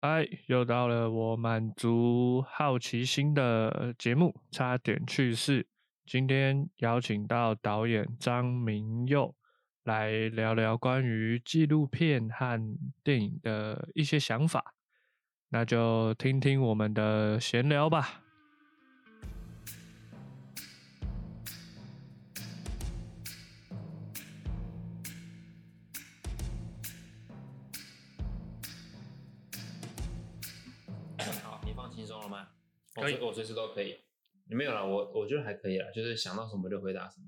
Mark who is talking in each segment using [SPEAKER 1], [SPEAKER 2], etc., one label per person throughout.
[SPEAKER 1] 哎，又到了我满足好奇心的节目，差点去世。今天邀请到导演张明佑来聊聊关于纪录片和电影的一些想法，那就听听我们的闲聊吧。
[SPEAKER 2] 好，你放轻松了吗？哦
[SPEAKER 1] 可以
[SPEAKER 2] 我随我随时都可以。没有啦，我我觉得还可以啦，就是想到什么就回答什么。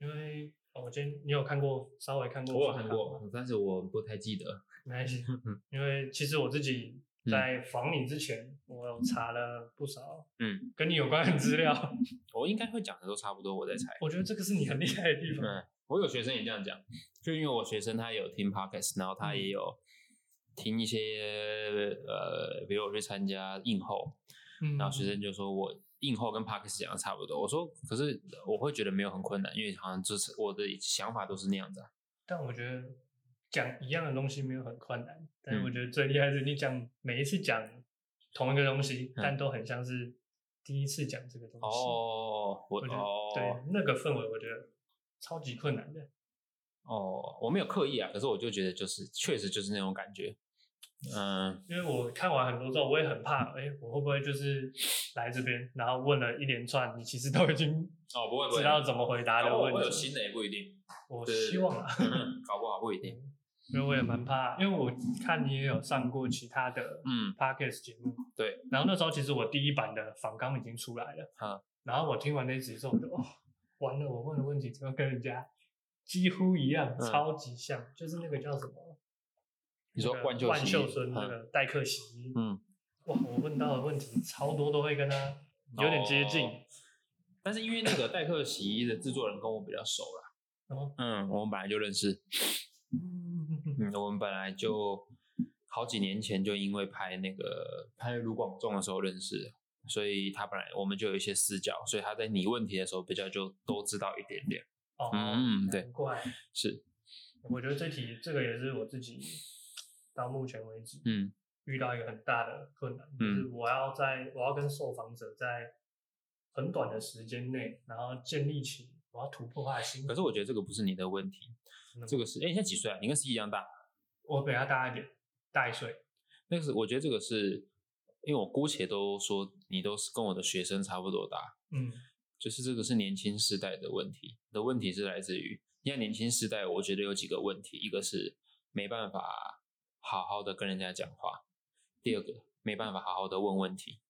[SPEAKER 1] 因为我今天你有看过，稍微看过
[SPEAKER 2] 我有看过，但是我不太记得。
[SPEAKER 1] 没关系，因为其实我自己在访你之前，我有查了不少，
[SPEAKER 2] 嗯，
[SPEAKER 1] 跟你有关的资料。
[SPEAKER 2] 我应该会讲的都差不多，我在猜。
[SPEAKER 1] 我觉得这个是你很厉害的地方。
[SPEAKER 2] 嗯，我有学生也这样讲，就因为我学生他有听 podcast，然后他也有听一些呃，比如我去参加映后，
[SPEAKER 1] 嗯
[SPEAKER 2] 然后学生就说我映后跟 podcast 讲的差不多。我说可是我会觉得没有很困难，因为好像就是我的想法都是那样子啊。
[SPEAKER 1] 但我觉得讲一样的东西没有很困难，但是
[SPEAKER 2] 嗯
[SPEAKER 1] 我觉得最厉害是你讲每一次讲同一个东西，但都很像是第一次讲这个东西。
[SPEAKER 2] 嗯哦，我
[SPEAKER 1] 我觉得、
[SPEAKER 2] 哦，
[SPEAKER 1] 对那个氛围，我觉得超级困难的。
[SPEAKER 2] 哦，我没有刻意啊，可是我就觉得就是确实就是那种感觉，嗯，
[SPEAKER 1] 因为我看完很多之后，我也很怕，哎，我会不会就是 来这边，然后问了一连串，你其实都已经
[SPEAKER 2] 哦，不会
[SPEAKER 1] 知道怎么回答的
[SPEAKER 2] 搞不好
[SPEAKER 1] 问
[SPEAKER 2] 会有
[SPEAKER 1] 题。
[SPEAKER 2] 新的也不一 定，
[SPEAKER 1] 我
[SPEAKER 2] 对对对
[SPEAKER 1] 希望啊，
[SPEAKER 2] 嗯搞不好不一定，
[SPEAKER 1] 因为我也蛮怕，因为我看你也有上过其他的
[SPEAKER 2] 嗯
[SPEAKER 1] podcast 节目，
[SPEAKER 2] 对。
[SPEAKER 1] 然后那时候其实我第一版的访纲已经出来了，
[SPEAKER 2] 嗯
[SPEAKER 1] 然后我听完那集之后，我就哦，完了，我问的问题怎么跟人家几乎一样，
[SPEAKER 2] 嗯
[SPEAKER 1] 超级像，就是那个叫什么？
[SPEAKER 2] 你说
[SPEAKER 1] 那个
[SPEAKER 2] 冠秀
[SPEAKER 1] 万秀
[SPEAKER 2] 熙
[SPEAKER 1] 孙那个代客席，
[SPEAKER 2] 嗯，
[SPEAKER 1] 哇，我问到的问题超多都会跟他有点接近，
[SPEAKER 2] 哦但是因为那个代客洗衣的制作人跟我比较熟啦，
[SPEAKER 1] 然后
[SPEAKER 2] 嗯，我们本来就认识，
[SPEAKER 1] 嗯，
[SPEAKER 2] 嗯，我们本来就好几年前就因为拍那个拍卢广仲的时候认识的，所以他本来我们就有一些私交，所以他在你问题的时候比较就都知道一点点，
[SPEAKER 1] 哦，
[SPEAKER 2] 嗯，对，
[SPEAKER 1] 难怪，
[SPEAKER 2] 是，
[SPEAKER 1] 我觉得这题这个也是我自己到目前为止
[SPEAKER 2] 嗯。
[SPEAKER 1] 遇到一个很大的困难，
[SPEAKER 2] 嗯
[SPEAKER 1] 就是我要在我要跟受访者在很短的时间内，然后建立起我要突破他的心
[SPEAKER 2] 可。是我觉得这个不是你的问题，
[SPEAKER 1] 嗯
[SPEAKER 2] 这个是哎，你现在几岁啊？你跟十一一样大。
[SPEAKER 1] 我比他大一点，大一岁。
[SPEAKER 2] 那个是我觉得这个是，因为我姑且都说你都是跟我的学生差不多大，
[SPEAKER 1] 嗯，
[SPEAKER 2] 就是这个是年轻世代的问题。你的问题是来自于现在年轻世代，我觉得有几个问题，一个是没办法好好的跟人家讲话，第二个没办法好好的问问题。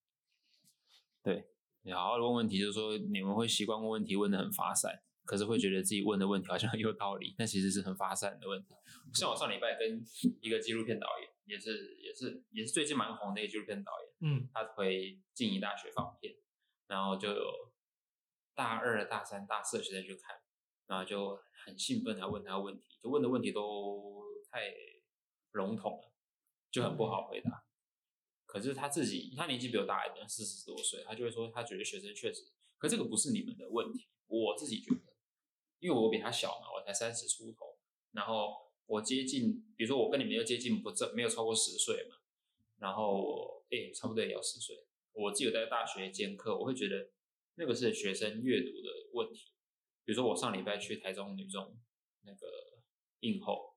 [SPEAKER 2] 对，你好好的问问题，就是说你们会习惯问问题，问的很发散，可是会觉得自己问的问题好像很 有道理，那其实是很发散的问题。像我上礼拜跟一个纪录片导演，也是也是也是最近蛮红的一个纪录片导演。
[SPEAKER 1] 嗯，
[SPEAKER 2] 他回静宜大学放片，然后就有大二、大三、大四的学生去看，然后就很兴奋，还问他问题，就问的问题都太笼统了，就很不好回答。可是他自己，他年纪比我大一点，四十多岁，他就会说，他觉得学生确实，可这个不是你们的问题，我自己觉得，因为我比他小嘛，我才三十出头，然后我接近，比如说我跟你们又接近不正，没有超过十岁嘛，然后我哎、差不多也要十岁，我自己有在大学兼课，我会觉得那个是学生阅读的问题。比如说我上礼拜去台中女中那个映后，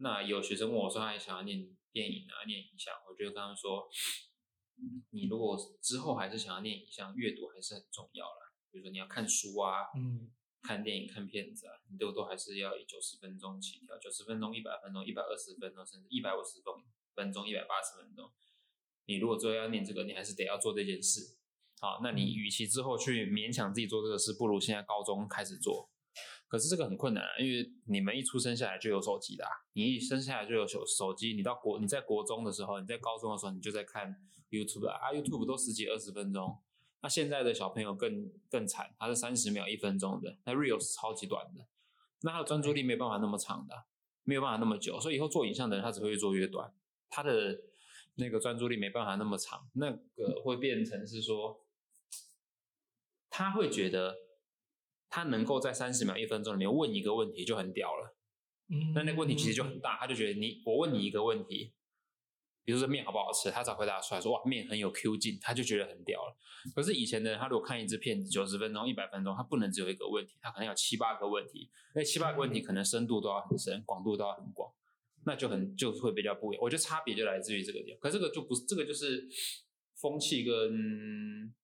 [SPEAKER 2] 那有学生问我说他也想要念电影啊，念影像，我就跟他们说，你如果之后还是想要念影像，阅读还是很重要啦。比如说你要看书啊，
[SPEAKER 1] 嗯，
[SPEAKER 2] 看电影、看片子啊，你都都还是要以九十分钟起跳，九十分钟、一百分钟、一百二十分钟，甚至一百五十分分钟、一百八十分钟。你如果最后要念这个，你还是得要做这件事。好，那你与其之后去勉强自己做这个事，不如现在高中开始做。可是这个很困难啊，因为你们一出生下来就有手机的、啊，你一生下来就有手手机，你到国你在国中的时候，你在高中的时候，你就在看 YouTube 啊啊，YouTube 都十几二十分钟，那现在的小朋友更更惨，他是三十秒一分钟的，那 real 是超级短的，那他的专注力没办法那么长的，没有办法那么久，所以以后做影像的人他只会越做越短，他的那个专注力没办法那么长，那个会变成是说，他会觉得他能够在三十秒一分钟里面问一个问题就很屌了。
[SPEAKER 1] 嗯
[SPEAKER 2] 那那个问题其实就很大，他就觉得你我问你一个问题，比如说面好不好吃，他只要回答出来说哇面很有 Q 劲，他就觉得很屌了。可是以前的人，他如果看一支片子九十分钟、一百分钟，他不能只有一个问题，他可能有七八个问题，那七八个问题可能深度都要很深，广度都要很广，那就很就会比较不一样。我觉得差别就来自于这个点，可这个就不是这个就是风气跟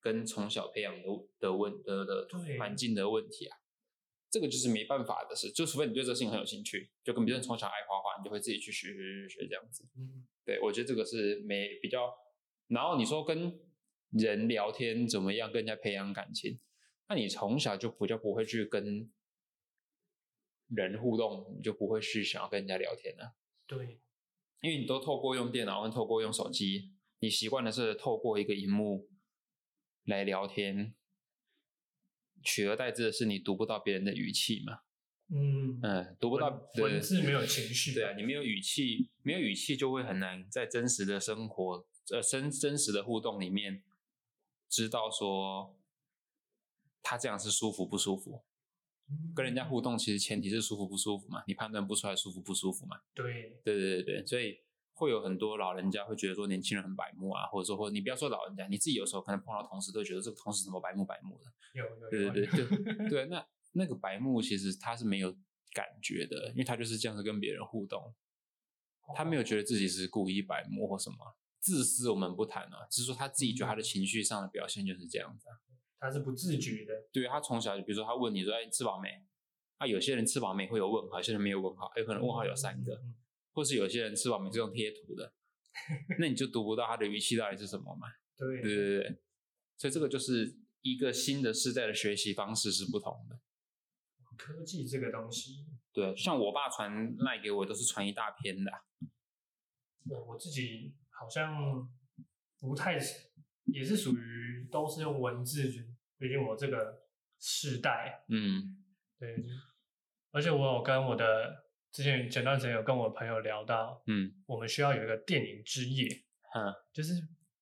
[SPEAKER 2] 跟从小培养的的问的的
[SPEAKER 1] 对
[SPEAKER 2] 环境的问题啊。这个就是没办法的事，就除非你对这个事情很有兴趣，就跟别人从小爱画画，你就会自己去学学学学这样子。
[SPEAKER 1] 嗯，
[SPEAKER 2] 对，我觉得这个是没比较。然后你说跟人聊天怎么样，跟人家培养感情，那你从小就比较不会去跟人互动，你就不会去想要跟人家聊天了、
[SPEAKER 1] 对，
[SPEAKER 2] 因为你都透过用电脑跟透过用手机，你习惯的是透过一个荧幕来聊天，取而代之的是你读不到别人的语气嘛，
[SPEAKER 1] 嗯，
[SPEAKER 2] 嗯，读不到
[SPEAKER 1] 文文
[SPEAKER 2] 对
[SPEAKER 1] 字没有情绪
[SPEAKER 2] 对啊，你没有语气，没有语气就会很难在真实的生活，呃，真真实的互动里面，知道说他这样是舒服不舒服。
[SPEAKER 1] 嗯
[SPEAKER 2] 跟人家互动，其实前提是舒服不舒服嘛，你判断不出来舒服不舒服嘛。
[SPEAKER 1] 对，
[SPEAKER 2] 对对对对，所以会有很多老人家会觉得说年轻人很白目啊，或者说或者你不要说老人家，你自己有时候可能碰到同事都觉得这个同事怎么白目白目的。
[SPEAKER 1] 有有
[SPEAKER 2] 对
[SPEAKER 1] 有，
[SPEAKER 2] 对对对对，那那个白目其实他是没有感觉的，因为他就是这样子跟别人互动，
[SPEAKER 1] 哦
[SPEAKER 2] 他没有觉得自己是故意白目或什么。自私我们不谈啊，只是说他自己觉
[SPEAKER 1] 嗯
[SPEAKER 2] 得他的情绪上的表现就是这样子啊、
[SPEAKER 1] 他是不自觉的，
[SPEAKER 2] 对他从小，比如说他问你说：“哎，你吃饱没？”啊，有些人吃饱没会有问号，有些人没有问号，哎有可能问号有三个，
[SPEAKER 1] 嗯
[SPEAKER 2] 或是有些人吃饱没是用贴 图的，那你就读不到他的语气到底是什么嘛。
[SPEAKER 1] 对
[SPEAKER 2] 对对对，所以这个就是一个新的世代的学习方式是不同的。
[SPEAKER 1] 科技这个东西，
[SPEAKER 2] 对，像我爸传赖给我都是传一大篇的啊、
[SPEAKER 1] 我我自己好像不太，也是属于都是用文字去，毕竟我这个世代，
[SPEAKER 2] 嗯
[SPEAKER 1] 对，而且我有跟我的之前前段时间有跟我朋友聊到，
[SPEAKER 2] 嗯
[SPEAKER 1] 我们需要有一个电影之夜，
[SPEAKER 2] 嗯，
[SPEAKER 1] 就是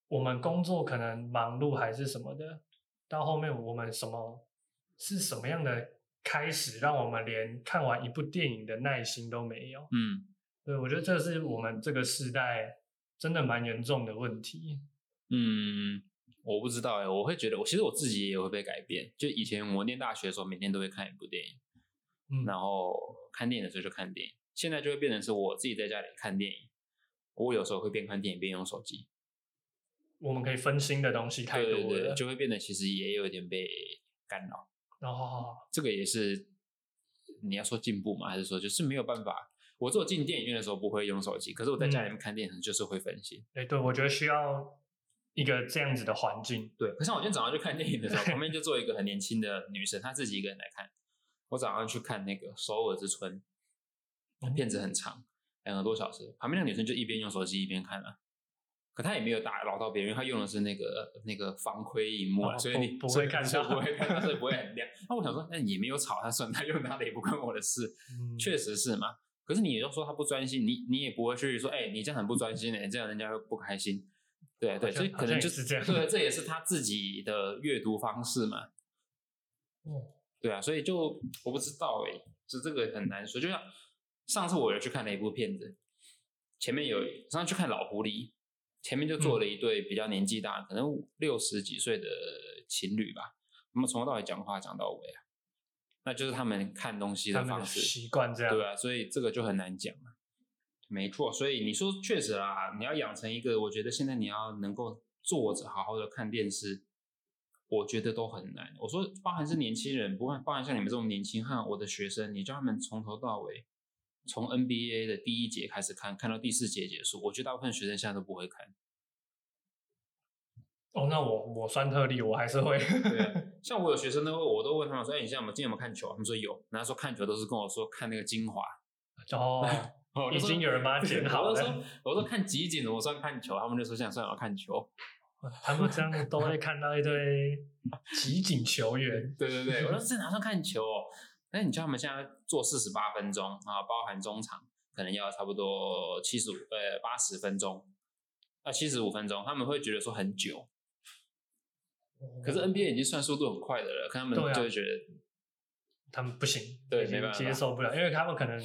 [SPEAKER 1] 我们工作可能忙碌还是什么的，到后面我们什么是什么样的开始，让我们连看完一部电影的耐心都没有。
[SPEAKER 2] 嗯
[SPEAKER 1] 对，我觉得这是我们这个时代真的蛮严重的问题。
[SPEAKER 2] 嗯，我不知道哎、我会觉得我其实我自己也会被改变。就以前我念大学的时候，每天都会看一部电影，
[SPEAKER 1] 嗯
[SPEAKER 2] 然后看电影的时候就看电影。现在就会变成是我自己在家里看电影，我有时候会边看电影边用手机，
[SPEAKER 1] 我们可以分心的东西太多了。
[SPEAKER 2] 对对对，就会变得其实也有一点被干扰。
[SPEAKER 1] 然后
[SPEAKER 2] 这个也是你要说进步吗？还是说就是没有办法？我只有进电影院的时候不会用手机，可是我在
[SPEAKER 1] 嗯
[SPEAKER 2] 家里面看电影就是会分心。
[SPEAKER 1] 哎，对我觉得需要一个这样子的环境。
[SPEAKER 2] 对，可像我今天早上去看电影的时 候，旁边就坐一个很年轻的女生，她自己一个人来看。我早上去看那个《首尔之春》，
[SPEAKER 1] 嗯
[SPEAKER 2] 那片子很长，两个多小时。旁边那个女生就一边用手机一边看啊，可她也没有打扰到别人，因为她用的是那个呃那个防窥荧幕啊，
[SPEAKER 1] 哦
[SPEAKER 2] 所以
[SPEAKER 1] 不
[SPEAKER 2] 你
[SPEAKER 1] 不会
[SPEAKER 2] 所以
[SPEAKER 1] 看到
[SPEAKER 2] 所以不会看到，所以不会很亮。那我想说，那你没有吵她，算她用她的，也不关我的事。
[SPEAKER 1] 嗯
[SPEAKER 2] 确实是嘛。可是你要说他不专心，你你也不会去说，哎、你这样很不专心哎、这样人家会不开心。对
[SPEAKER 1] 好
[SPEAKER 2] 对，
[SPEAKER 1] 像
[SPEAKER 2] 所以可能
[SPEAKER 1] 好
[SPEAKER 2] 就
[SPEAKER 1] 像也是这样
[SPEAKER 2] 对，这也是他自己的阅读方 式嘛。
[SPEAKER 1] 哦
[SPEAKER 2] 对啊，所以就我不知道哎、就这个很难说。就像上次我有去看了一部片子，前面有上次去看《老狐狸》，前面就
[SPEAKER 1] 嗯
[SPEAKER 2] 坐了一对比较年纪大，可能六十几岁的情侣吧，他们从头到尾讲话讲到尾啊，那就是他们看东西
[SPEAKER 1] 他
[SPEAKER 2] 的
[SPEAKER 1] 们的
[SPEAKER 2] 方式。
[SPEAKER 1] 习惯这样。
[SPEAKER 2] 对啊，所以这个就很难讲了。没错，所以你说确实啦，你要养成一个，我觉得现在你要能够坐着好好的看电视，我觉得都很难。我说，包含是年轻人，不管包含像你们这种年轻汉，我的学生，你叫他们从头到尾，从 NBA 的第一节开始看，看到第四节结束，我觉得大部分学生现在都不会看。
[SPEAKER 1] 哦，那我我算特例，我还是会。
[SPEAKER 2] 对啊， 像我有学生都会，我都问他们说，哎、你现在有没有今天有没有看球？他们说有，然后说看球都是跟我说看那个精华，
[SPEAKER 1] 哦，
[SPEAKER 2] 哦
[SPEAKER 1] 已经有人帮他剪好
[SPEAKER 2] 我就
[SPEAKER 1] 了
[SPEAKER 2] 说。，我说看集锦怎么算看球，他们就说现在算我看球。
[SPEAKER 1] 他们这样都会看到一堆集锦球员。
[SPEAKER 2] 对对对，我说这哪算看球、哦？那你叫他们现在做四十八分钟啊，包含中场，可能要差不多七十五呃八十分钟，啊七十五分钟，他们会觉得说很久。可是 NBA 已经算速度很快的了，可他们
[SPEAKER 1] 嗯对啊
[SPEAKER 2] 就会觉得
[SPEAKER 1] 他们不行，
[SPEAKER 2] 对
[SPEAKER 1] 已经
[SPEAKER 2] 没办法
[SPEAKER 1] 接受不了，因为他们可能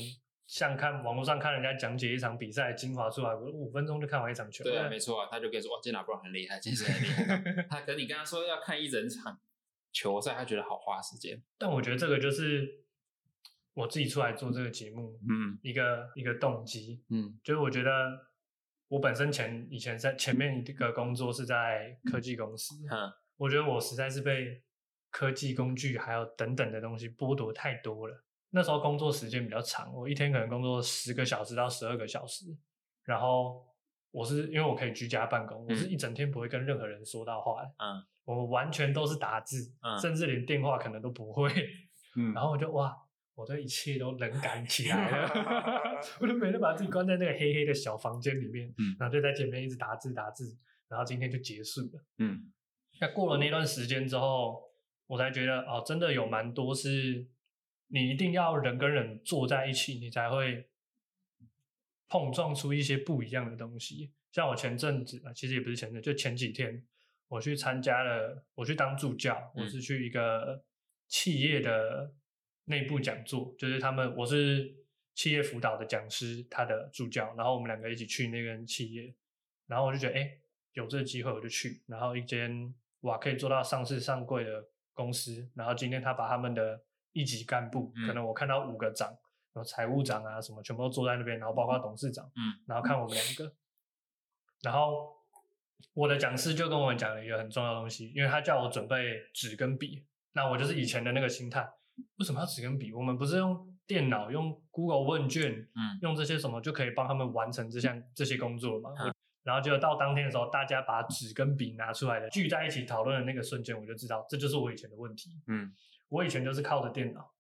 [SPEAKER 1] 像看网络上看人家讲解一场比赛精华出来，我五分钟就看完一场球。
[SPEAKER 2] 对啊，没错啊，他就跟你说哇，今天拉布朗很厉害，今天谁很厉 害。他可你跟他说要看一整场球赛，他觉得好花时间。
[SPEAKER 1] 但我觉得这个就是我自己出来做这个节目
[SPEAKER 2] 嗯
[SPEAKER 1] 一个一个动机，
[SPEAKER 2] 嗯
[SPEAKER 1] 就是我觉得我本身前以前在前面一个工作是在科技公司，
[SPEAKER 2] 嗯
[SPEAKER 1] 我觉得我实在是被科技工具还有等等的东西剥夺太多了。那时候工作时间比较长，我一天可能工作十个小时到十二个小时，然后我是因为我可以居家办公，我是一整天不会跟任何人说到话的，
[SPEAKER 2] 嗯
[SPEAKER 1] 我完全都是打字，
[SPEAKER 2] 嗯
[SPEAKER 1] 甚至连电话可能都不会。
[SPEAKER 2] 嗯
[SPEAKER 1] 然后我就哇，我对一切都冷感起来 了，我就每天把自己关在那个黑黑的小房间里面，
[SPEAKER 2] 嗯
[SPEAKER 1] 然后就在前面一直打字打字，然后今天就结束了。
[SPEAKER 2] 嗯
[SPEAKER 1] 那过了那段时间之后，我才觉得哦，真的有蛮多是你一定要人跟人坐在一起，你才会碰撞出一些不一样的东西。像我前阵子，啊其实也不是前阵，就前几天，我去参加了，我去当助教，
[SPEAKER 2] 嗯
[SPEAKER 1] 我是去一个企业的内部讲座，就是他们我是企业辅导的讲师，他的助教，然后我们两个一起去那个企业，然后我就觉得，哎、有这个机会我就去。然后一间哇可以做到上市上柜的公司，然后今天他把他们的一级干部，
[SPEAKER 2] 嗯
[SPEAKER 1] 可能我看到五个长，然后财务长啊什么，全部都坐在那边，然后包括董事长，
[SPEAKER 2] 嗯
[SPEAKER 1] 然后看我们两个，然后我的讲师就跟我讲了一个很重要的东西，因为他叫我准备纸跟笔，那我就是以前的那个心态，为什么要纸跟笔？我们不是用电脑、用 Google 问卷、
[SPEAKER 2] 嗯
[SPEAKER 1] 用这些什么就可以帮他们完成这项这些工作了嘛？
[SPEAKER 2] 嗯
[SPEAKER 1] 我然后结果到当天的时候，大家把纸跟笔拿出来的聚在一起讨论的那个瞬间，我就知道这就是我以前的问题。
[SPEAKER 2] 嗯
[SPEAKER 1] 我以前就是靠着电脑，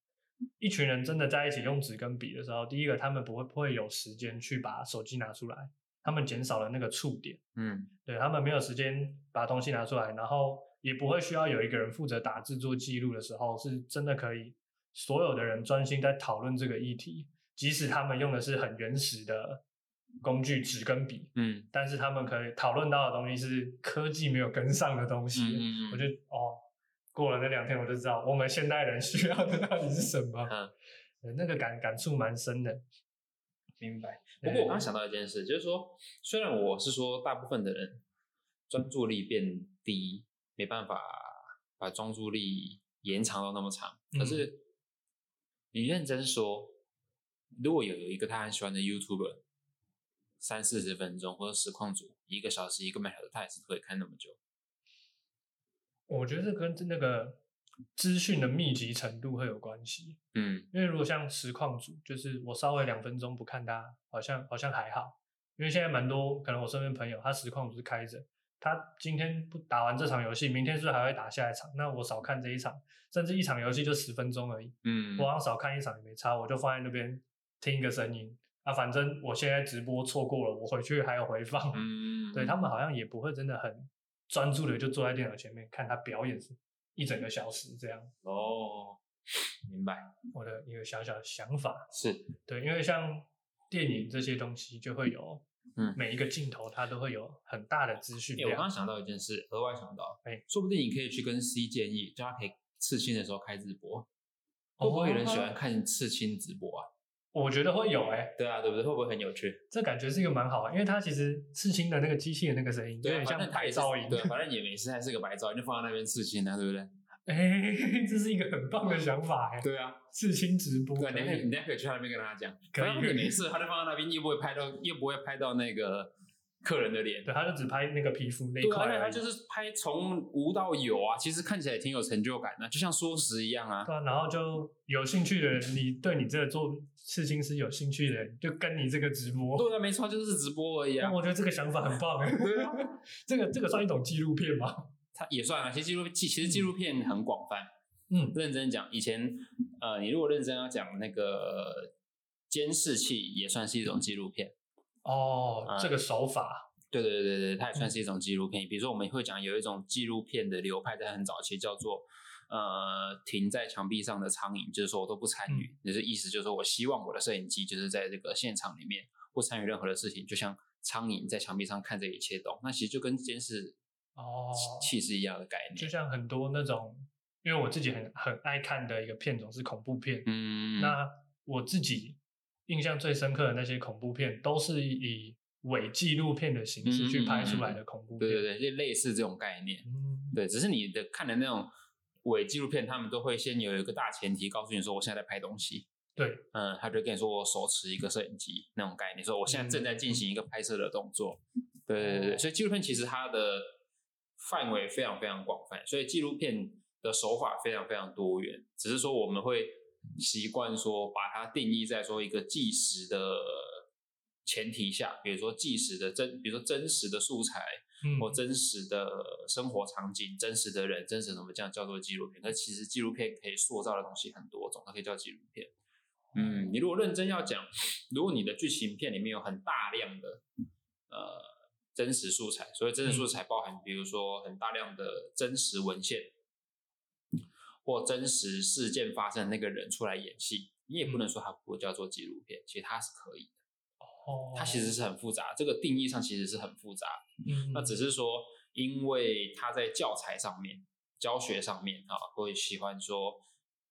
[SPEAKER 1] 一群人真的在一起用纸跟笔的时候，第一个他们不会不会有时间去把手机拿出来，他们减少了那个触点，
[SPEAKER 2] 嗯
[SPEAKER 1] 对他们没有时间把东西拿出来，然后也不会需要有一个人负责打字做记录的时候，是真的可以所有的人专心在讨论这个议题，即使他们用的是很原始的工具纸跟笔，
[SPEAKER 2] 嗯
[SPEAKER 1] 但是他们可以讨论到的东西是科技没有跟上的东西，
[SPEAKER 2] 嗯
[SPEAKER 1] 我就哦，过了那两天我就知道我们现代人需要的到底是什么，
[SPEAKER 2] 嗯
[SPEAKER 1] 对那个感感触蛮深的。
[SPEAKER 2] 明白。不过我刚刚想到一件事，就是说，虽然我是说大部分的人专注力变低，没办法把专注力延长到那么长，
[SPEAKER 1] 嗯
[SPEAKER 2] 可是你认真说，如果有有一个他很喜欢的 YouTuber，三四十分钟或者实况组一个小时、一个半小时，他也是可以看那么久。
[SPEAKER 1] 我觉得这跟那个资讯的密集程度会有关系，
[SPEAKER 2] 嗯
[SPEAKER 1] 因为如果像实况组，就是我稍微两分钟不看它，好像好像还好，因为现在蛮多可能我身边朋友他实况组是开着。他今天不打完这场游戏，明天是不是还会打下一场？那我少看这一场，甚至一场游戏就十分钟而已。
[SPEAKER 2] 嗯
[SPEAKER 1] 我好像少看一场也没差，我就放在那边听一个声音啊，反正我现在直播错过了，我回去还有回放。
[SPEAKER 2] 嗯，
[SPEAKER 1] 对他们好像也不会真的很专注的就坐在电脑前面看他表演一整个小时这样。
[SPEAKER 2] 哦，明白
[SPEAKER 1] 我的一个小小的想法，
[SPEAKER 2] 是
[SPEAKER 1] 对，因为像电影这些东西就会有，
[SPEAKER 2] 嗯
[SPEAKER 1] 每一个镜头它都会有很大的资讯
[SPEAKER 2] 欸我刚
[SPEAKER 1] 量
[SPEAKER 2] 刚。想到一件事，额外想到，
[SPEAKER 1] 哎
[SPEAKER 2] 说不定你可以去跟 C 建议，叫他可以刺青的时候开直播，会不会有人喜
[SPEAKER 1] 哦
[SPEAKER 2] 欢看刺青直播啊？
[SPEAKER 1] 我觉得会有哎、
[SPEAKER 2] 对啊，对不对？会不会很有趣？
[SPEAKER 1] 这感觉是一个蛮好啊玩，因为它其实刺青的那个机器的那个声音，有
[SPEAKER 2] 对啊，
[SPEAKER 1] 点像
[SPEAKER 2] 反正他
[SPEAKER 1] 白
[SPEAKER 2] 也是
[SPEAKER 1] 噪音。
[SPEAKER 2] 对，反正也没事，还是个白噪音，就放在那边刺青啊，对不对？
[SPEAKER 1] 哎、 这是一个很棒的想法哎、
[SPEAKER 2] 对啊，
[SPEAKER 1] 刺青直播
[SPEAKER 2] 对啊，
[SPEAKER 1] 可
[SPEAKER 2] 你还可以，
[SPEAKER 1] 以
[SPEAKER 2] 你还可以去他那边跟他讲，
[SPEAKER 1] 可以
[SPEAKER 2] 反正也没事，他就放在那边，又不会拍到，又不会拍到那个客人的脸。
[SPEAKER 1] 对，他就只拍那个皮肤那一
[SPEAKER 2] 对啊，
[SPEAKER 1] 块
[SPEAKER 2] 而
[SPEAKER 1] 而
[SPEAKER 2] 且
[SPEAKER 1] 已，
[SPEAKER 2] 他就是拍从无到有啊，其实看起来也挺有成就感的、就像缩时一样啊。
[SPEAKER 1] 对啊然后就有兴趣的人，你对你这个做刺青师有兴趣的人，就跟你这个直播。
[SPEAKER 2] 对啊，没错，就是直播而已啊
[SPEAKER 1] 那。我觉得这个想法很棒 哎、
[SPEAKER 2] 对啊
[SPEAKER 1] 这个这个算一种纪录片吗？
[SPEAKER 2] 它也算啊。其实纪录其其实纪录片很广泛，
[SPEAKER 1] 嗯，
[SPEAKER 2] 认真讲，以前呃，你如果认真要讲那个监视器，也算是一种纪录片。
[SPEAKER 1] 哦
[SPEAKER 2] 啊，
[SPEAKER 1] 这个手法，
[SPEAKER 2] 对对对对，它也算是一种纪录
[SPEAKER 1] 嗯
[SPEAKER 2] 片。比如说，我们会讲有一种纪录片的流派，在很早期叫做呃停在墙壁上的苍蝇，就是说我都不参
[SPEAKER 1] 嗯
[SPEAKER 2] 与，就是意思就是说我希望我的摄影机就是在这个现场里面不参与任何的事情，就像苍蝇在墙壁上看着一切动。那其实就跟监视
[SPEAKER 1] 哦，
[SPEAKER 2] 器是一样的概
[SPEAKER 1] 就
[SPEAKER 2] 念。
[SPEAKER 1] 像很多那种，因为我自己很很爱看的一个片种是恐怖片，
[SPEAKER 2] 嗯，
[SPEAKER 1] 那我自己印象最深刻的那些恐怖片，都是以伪纪录片的形
[SPEAKER 2] 嗯
[SPEAKER 1] 式去拍出来的恐怖片。
[SPEAKER 2] 对对对，就类似这种概念。
[SPEAKER 1] 嗯，
[SPEAKER 2] 对，只是你的看的那种伪纪录片，他们都会先有一个大前提，告诉你说我现在在拍东西。
[SPEAKER 1] 对，
[SPEAKER 2] 嗯，他就跟你说我手持一个摄影机那种概念，说我现在正在进行一个拍摄的动作。对对对对，所以纪录片其实它的范围非常非常广泛，所以纪录片的手法非常非常多元。只是说我们会习惯说把它定义在说一个纪实的前提下，比如说纪实的真，比如说真实的素材，
[SPEAKER 1] 嗯，
[SPEAKER 2] 或真实的生活场景、真实的人、真实的什么，这样叫做纪录片。可其实纪录片可以塑造的东西很多种，它可以叫纪录片。嗯，你如果认真要讲，如果你的剧情片里面有很大量的呃真实素材，所以真实
[SPEAKER 1] 嗯
[SPEAKER 2] 素材包含比如说很大量的真实文献，或真实事件发生的那个人出来演戏，你
[SPEAKER 1] 嗯
[SPEAKER 2] 也不能说它不叫做纪录片，其实它是可以的。
[SPEAKER 1] 哦
[SPEAKER 2] 它其实是很复杂，这个定义上其实是很复杂的
[SPEAKER 1] 嗯
[SPEAKER 2] 那只是说，因为他在教材上面、教学上面啊，会喜欢说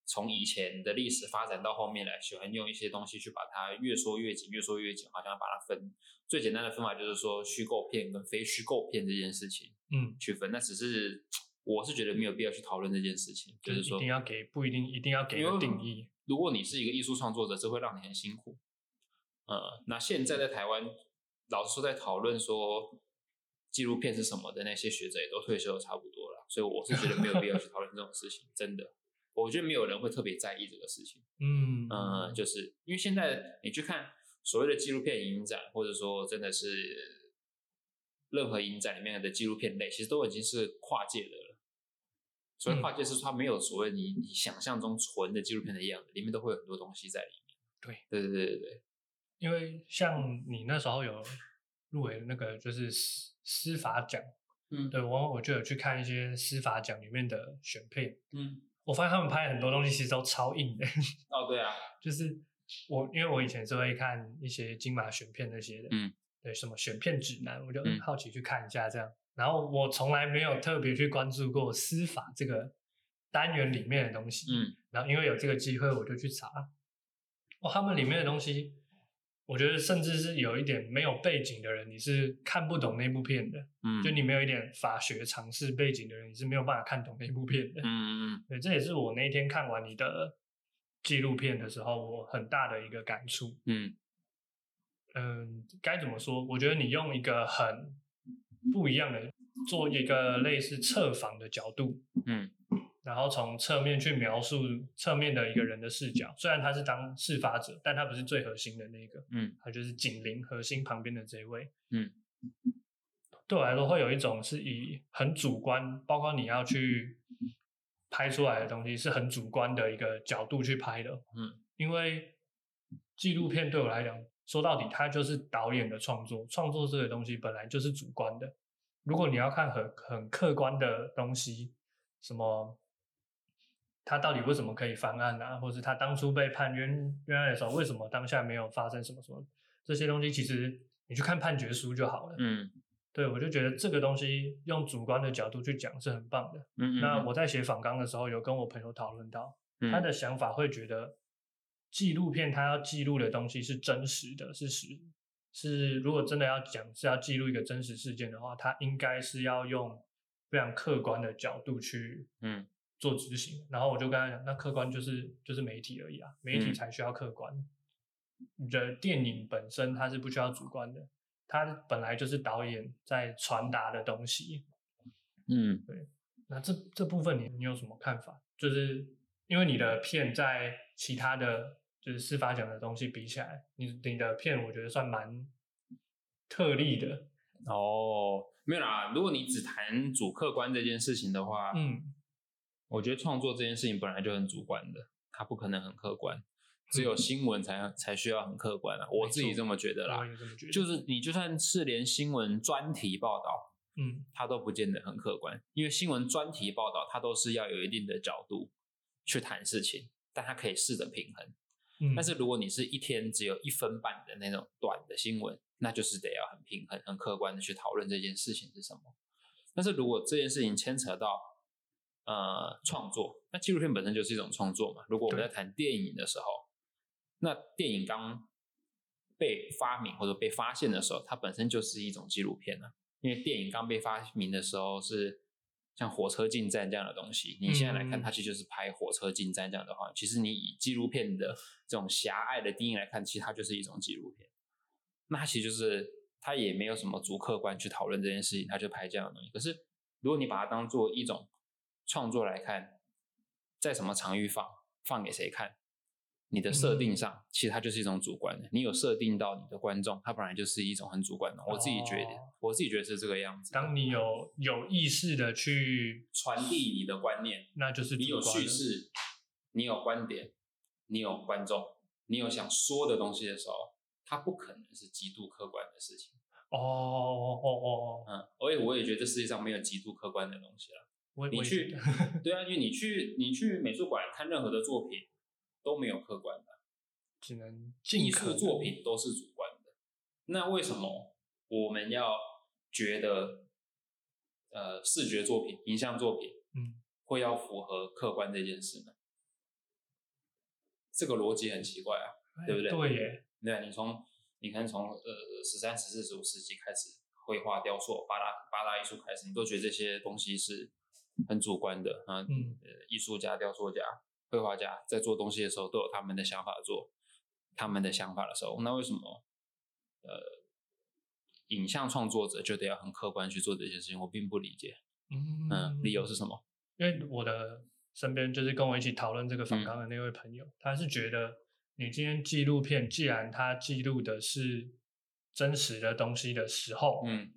[SPEAKER 2] 从以前的历史发展到后面来，喜欢用一些东西去把它越说越紧，越说越紧，好像把它分。最简单的分法就是说虚构片跟非虚构片这件事情
[SPEAKER 1] 嗯，
[SPEAKER 2] 区分。那只是我是觉得没有必要去讨论这件事情，就是
[SPEAKER 1] 一
[SPEAKER 2] 说
[SPEAKER 1] 定，要给不一定一定要给
[SPEAKER 2] 因为
[SPEAKER 1] 个定义。
[SPEAKER 2] 如果你是一个艺术创作者，这会让你很辛苦。呃，那现在在台湾，老师在讨论说纪录片是什么的那些学者也都退休得差不多了，所以我是觉得没有必要去讨论这种事情，真的，我觉得没有人会特别在意这个事情。
[SPEAKER 1] 嗯
[SPEAKER 2] 嗯、就是因为现在你去看所谓的纪录片影展，或者说真的是任何影展里面的纪录片类，其实都已经是跨界的了。所谓
[SPEAKER 1] 嗯
[SPEAKER 2] 跨界是说它没有所谓你你想象中纯的纪录片的样子，里面都会有很多东西在里面。
[SPEAKER 1] 对
[SPEAKER 2] 对对对对对，
[SPEAKER 1] 因为像你那时候有入围那个就是司司法奖，
[SPEAKER 2] 嗯
[SPEAKER 1] 对我我就有去看一些司法奖里面的选片，
[SPEAKER 2] 嗯，
[SPEAKER 1] 我发现他们拍很多东西其实都超硬的，
[SPEAKER 2] 哦对啊，
[SPEAKER 1] 就是我因为我以前是会看一些金马选片那些的，
[SPEAKER 2] 嗯，
[SPEAKER 1] 对，什么选片指南，我就
[SPEAKER 2] 嗯
[SPEAKER 1] 好奇去看一下这样。然后我从来没有特别去关注过司法这个单元里面的东西，
[SPEAKER 2] 嗯
[SPEAKER 1] 然后因为有这个机会，我就去查，哦，他们里面的东西，我觉得甚至是有一点没有背景的人，你是看不懂那部片的。
[SPEAKER 2] 嗯，
[SPEAKER 1] 就你没有一点法学常识背景的人，你是没有办法看懂那部片的。
[SPEAKER 2] 嗯嗯
[SPEAKER 1] 对，这也是我那一天看完你的纪录片的时候，我很大的一个感触。
[SPEAKER 2] 嗯
[SPEAKER 1] 嗯，该怎么说？我觉得你用一个很不一样的，做一个类似侧访的角度，
[SPEAKER 2] 嗯嗯
[SPEAKER 1] 然后从侧面去描述侧面的一个人的视角。虽然他是当事发者，但他不是最核心的那个，
[SPEAKER 2] 嗯，
[SPEAKER 1] 他就是紧邻核心旁边的这一位。
[SPEAKER 2] 嗯，
[SPEAKER 1] 对我来说会有一种是以很主观，包括你要去拍出来的东西是很主观的一个角度去拍的。
[SPEAKER 2] 嗯，
[SPEAKER 1] 因为纪录片对我来讲，说到底它就是导演的创作，创作这个东西本来就是主观的。如果你要看很很客观的东西，什么他到底为什么可以翻案啊，或是他当初被判冤冤案的时候，为什么当下没有发生什么什么这些东西，其实你去看判决书就好了。
[SPEAKER 2] 嗯
[SPEAKER 1] 对我就觉得这个东西用主观的角度去讲是很棒的。
[SPEAKER 2] 嗯，
[SPEAKER 1] 那我在写访纲的时候，有跟我朋友讨论到，
[SPEAKER 2] 嗯
[SPEAKER 1] 他的想法会觉得纪录片它要记录的东西是真实的，是实是如果真的要讲是要记录一个真实事件的话，它应该是要用非常客观的角度去
[SPEAKER 2] 嗯
[SPEAKER 1] 做执行。然后我就跟他讲，那客观就是就是媒体而已啊，媒体
[SPEAKER 2] 嗯
[SPEAKER 1] 才需要客观。你的电影本身它是不需要主观的，它本来就是导演在传达的东西。
[SPEAKER 2] 嗯
[SPEAKER 1] 那这这部分你你有什么看法？就是因为你的片在其他的就是司法奖的东西比起来，你你的片我觉得算蛮特例的。
[SPEAKER 2] 哦，没有啦，如果你只谈主客观这件事情的话，
[SPEAKER 1] 嗯
[SPEAKER 2] 我觉得创作这件事情本来就很主观的，它不可能很客观，只有新闻才才需要很客观啊。我自己这么觉得
[SPEAKER 1] 我
[SPEAKER 2] 啦，
[SPEAKER 1] 也这么觉得。
[SPEAKER 2] 就是你就算是连新闻专题报道，
[SPEAKER 1] 嗯
[SPEAKER 2] 它都不见得很客观，因为新闻专题报道它都是要有一定的角度去谈事情，但它可以试着平衡。
[SPEAKER 1] 嗯，
[SPEAKER 2] 但是如果你是一天只有一分半的那种短的新闻，那就是得要很平衡、很客观的去讨论这件事情是什么。但是如果这件事情牵扯到呃创作，那纪录片本身就是一种创作嘛。如果我们
[SPEAKER 1] 对
[SPEAKER 2] 在谈电影的时候，那电影刚被发明或者被发现的时候，它本身就是一种纪录片啊了、因为电影刚被发明的时候是像火车进站这样的东西，你现在来看，
[SPEAKER 1] 嗯
[SPEAKER 2] 它其实就是拍火车进站这样的话，其实你以纪录片的这种狭隘的定义来看，其实它就是一种纪录片。那它其实就是它也没有什么足客观去讨论这件事情，它就拍这样的东西。可是如果你把它当做一种创作来看，在什么场域放，放给谁看，你的设
[SPEAKER 1] 嗯
[SPEAKER 2] 定上，其实它就是一种主观的。你有设定到你的观众，它本来就是一种很主观的。我自己觉得，
[SPEAKER 1] 哦
[SPEAKER 2] 我自己觉得是这个样子的。
[SPEAKER 1] 当你有有意识的去，
[SPEAKER 2] 传递你的观念，
[SPEAKER 1] 那就是
[SPEAKER 2] 你有
[SPEAKER 1] 主观
[SPEAKER 2] 叙
[SPEAKER 1] 了，
[SPEAKER 2] 事，你有观点，你有观众，你有想说的东西的时候，它不可能是极度客观的事情。
[SPEAKER 1] 哦哦哦哦哦，
[SPEAKER 2] 嗯，而且我也觉得这世界上没有极度客观的东西了。
[SPEAKER 1] 我
[SPEAKER 2] 你
[SPEAKER 1] 我也
[SPEAKER 2] 去
[SPEAKER 1] 觉得
[SPEAKER 2] 对啊，因为你去你去美术馆看任何的作品都没有客观的，
[SPEAKER 1] 只能
[SPEAKER 2] 艺
[SPEAKER 1] 尽可
[SPEAKER 2] 术
[SPEAKER 1] 能
[SPEAKER 2] 作品都是主观的。那为什么我们要觉得呃视觉作品、影像作品，
[SPEAKER 1] 嗯，
[SPEAKER 2] 会要符合客观这件事呢？这个逻辑很奇怪啊。
[SPEAKER 1] 哎
[SPEAKER 2] 对不对
[SPEAKER 1] 对耶，
[SPEAKER 2] 对啊，你从你看从呃十三、十四、十五世纪开始，绘画、雕塑、八大八大艺术开始，你都觉得这些东西是很主观的啊。
[SPEAKER 1] 嗯
[SPEAKER 2] 呃，艺术家、雕塑家、绘画家在做东西的时候，都有他们的想法做，他们的想法的时候，那为什么呃影像创作者就得要很客观去做这些事情？我并不理解。
[SPEAKER 1] 嗯
[SPEAKER 2] 嗯，理由是什么？
[SPEAKER 1] 因为我的身边就是跟我一起讨论这个
[SPEAKER 2] 嗯
[SPEAKER 1] 访谈的那位朋友，他是觉得你今天纪录片既然它记录的是真实的东西的时候，，
[SPEAKER 2] 嗯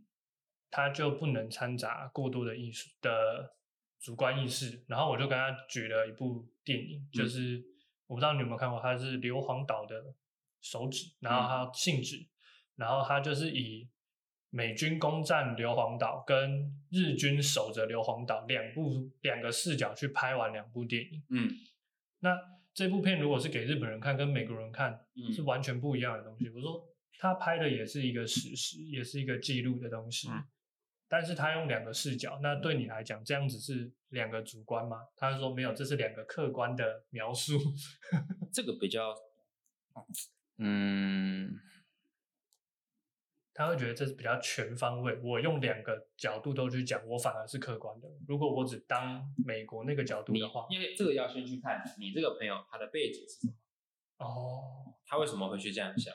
[SPEAKER 1] 他就不能掺杂过多的艺术的主观意识。然后我就跟他举了一部电影，就是、我不知道你有没有看过，它是硫磺岛的手指，然后它性质，然后它就是以美军攻占硫磺岛跟日军守着硫磺岛两部两个视角去拍完两部电影。
[SPEAKER 2] 嗯
[SPEAKER 1] 那这部片如果是给日本人看，跟美国人看，
[SPEAKER 2] 嗯
[SPEAKER 1] 是完全不一样的东西。我说他拍的也是一个史实，也是一个记录的东西，
[SPEAKER 2] 嗯
[SPEAKER 1] 但是他用两个视角，那对你来讲这样子是两个主观吗？他说没有，这是两个客观的描述。
[SPEAKER 2] 这个比较，嗯，
[SPEAKER 1] 他会觉得这是比较全方位，我用两个角度都去讲，我反而是客观的。如果我只当美国那个角度
[SPEAKER 2] 你
[SPEAKER 1] 的话，
[SPEAKER 2] 因为这个要先去看你这个朋友他的背景是什么。
[SPEAKER 1] 哦，
[SPEAKER 2] 他为什么会去这样想？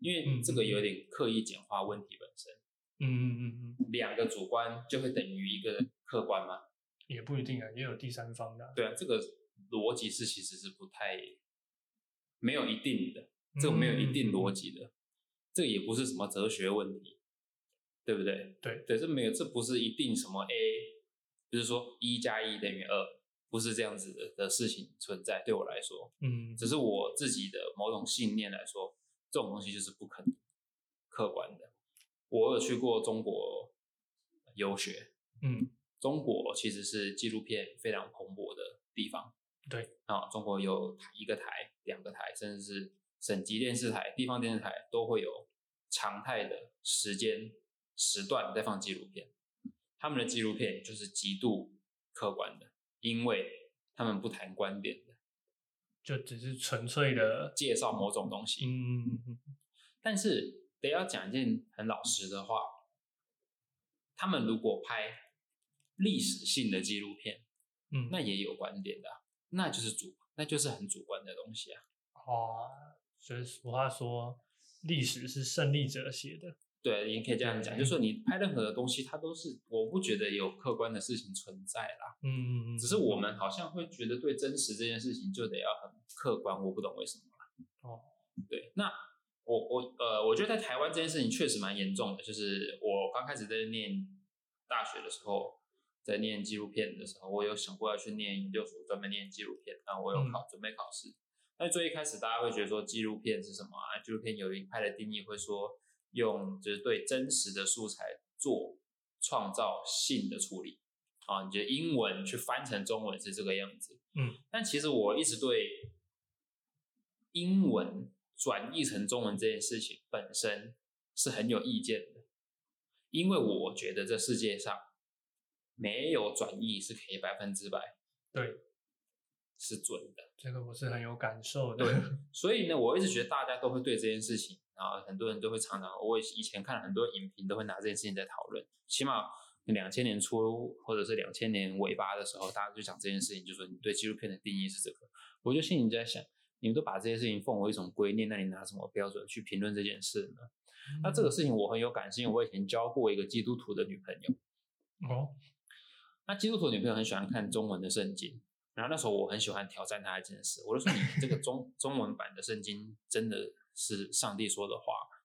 [SPEAKER 2] 因为
[SPEAKER 1] 嗯
[SPEAKER 2] 这个有点刻意简化问题本身。
[SPEAKER 1] 嗯嗯嗯嗯，
[SPEAKER 2] 两个主观就会等于一个客观吗？
[SPEAKER 1] 也不一定啊，也有第三方的啊、
[SPEAKER 2] 对啊，这个逻辑是其实是不太没有一定的，这个没有一定
[SPEAKER 1] 嗯
[SPEAKER 2] 逻辑的，这也不是什么哲学问题，对不对？
[SPEAKER 1] 对
[SPEAKER 2] 对，这没有，这不是一定什么 A，就是说一加一等于二，不是这样子的的事情存在。对我来说，
[SPEAKER 1] 嗯，嗯，
[SPEAKER 2] 只是我自己的某种信念来说，这种东西就是不可能客观的。我有去过中国游学，
[SPEAKER 1] 嗯，
[SPEAKER 2] 中国其实是纪录片非常蓬勃的地方。
[SPEAKER 1] 对
[SPEAKER 2] 啊，中国有台一个台、两个台，甚至是省级电视台、地方电视台都会有常态的时间时段在放纪录片。他们的纪录片就是极度客观的，因为他们不谈观点的，
[SPEAKER 1] 就只是纯粹的，
[SPEAKER 2] 介绍某种东西。
[SPEAKER 1] 嗯嗯嗯嗯，
[SPEAKER 2] 但是得要讲一件很老实的话，他们如果拍历史性的纪录片，
[SPEAKER 1] 嗯
[SPEAKER 2] 那也有观点的啊、那就是主，那就是很主观的东西啊。
[SPEAKER 1] 哦，就是俗话说，历史是胜利者写的。
[SPEAKER 2] 对，也可以这样讲，
[SPEAKER 1] 对
[SPEAKER 2] 就是说你拍任何的东西，它都是我不觉得有客观的事情存在啦，
[SPEAKER 1] 嗯嗯嗯，
[SPEAKER 2] 只是我们好像会觉得对真实这件事情就得要很客观，我不懂为什么。
[SPEAKER 1] 哦，
[SPEAKER 2] 对，那我我呃，我觉得在台湾这件事情确实蛮严重的。就是我刚开始在念大学的时候，在念纪录片的时候，我有想过要去念研究所，专门念纪录片。然后我有考、准备考试。那最一开始大家会觉得说纪录片是什么啊？纪录片有一派的定义会说，用就是对真实的素材做创造性的处理啊。你觉得英文去翻成中文是这个样子？
[SPEAKER 1] 嗯，
[SPEAKER 2] 但其实我一直对英文转译成中文这件事情本身是很有意见的，因为我觉得这世界上没有转译是可以百分之百
[SPEAKER 1] 对，
[SPEAKER 2] 是准的。
[SPEAKER 1] 嗯这个我是很有感受的。
[SPEAKER 2] 对，所以呢，我一直觉得大家都会对这件事情啊然后很多人都会常常，我以前看很多影评都会拿这件事情在讨论，起码两千年初或者是两千年尾巴的时候，大家就讲这件事情，就说你对纪录片的定义是这个，我就心里在想，你们都把这些事情奉为一种规念，那你拿什么标准去评论这件事呢？那这个事情我很有感，是因为我以前交过一个基督徒的女朋友，
[SPEAKER 1] 哦，
[SPEAKER 2] 那基督徒女朋友很喜欢看中文的圣经，然后那时候我很喜欢挑战她一件事，我就说你 这个中中文版的圣经真的是上帝说的话吗？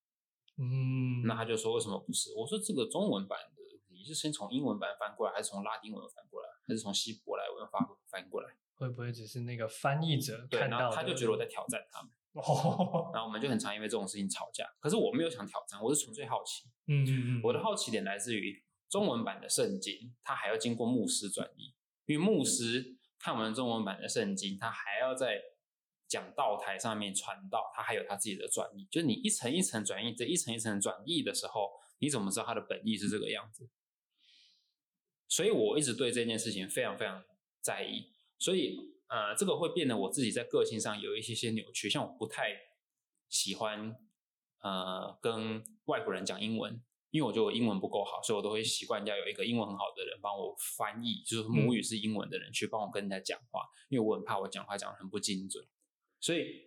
[SPEAKER 1] 嗯，
[SPEAKER 2] 那他就说为什么不是？我说这个中文版的你是先从英文版翻过来，还是从拉丁文翻过来，还是从希伯来文翻翻过来？
[SPEAKER 1] 会不会只是那个翻译者
[SPEAKER 2] 对，
[SPEAKER 1] 看
[SPEAKER 2] 然
[SPEAKER 1] 到
[SPEAKER 2] 后他
[SPEAKER 1] 的嗯
[SPEAKER 2] 就觉得我在挑战他们，
[SPEAKER 1] 哦，
[SPEAKER 2] 然后我们就很常因为这种事情吵架。可是我没有想挑战，我是纯粹好奇。
[SPEAKER 1] 嗯嗯嗯，
[SPEAKER 2] 我的好奇点来自于中文版的圣经，它还要经过牧师转译，因为牧师看完中文版的圣经，他还要在讲道台上面传道，他还有他自己的转译。就是你一层一层转译，这一层一层转译的时候，你怎么知道他的本意是这个样子？所以我一直对这件事情非常非常在意，所以呃，这个会变得我自己在个性上有一些些扭曲，像我不太喜欢呃跟外国人讲英文，因为我觉得我英文不够好，所以我都会习惯要有一个英文很好的人帮我翻译，就是母语是英文的人去帮我跟人家讲话，因为我很怕我讲话讲的很不精准，所以。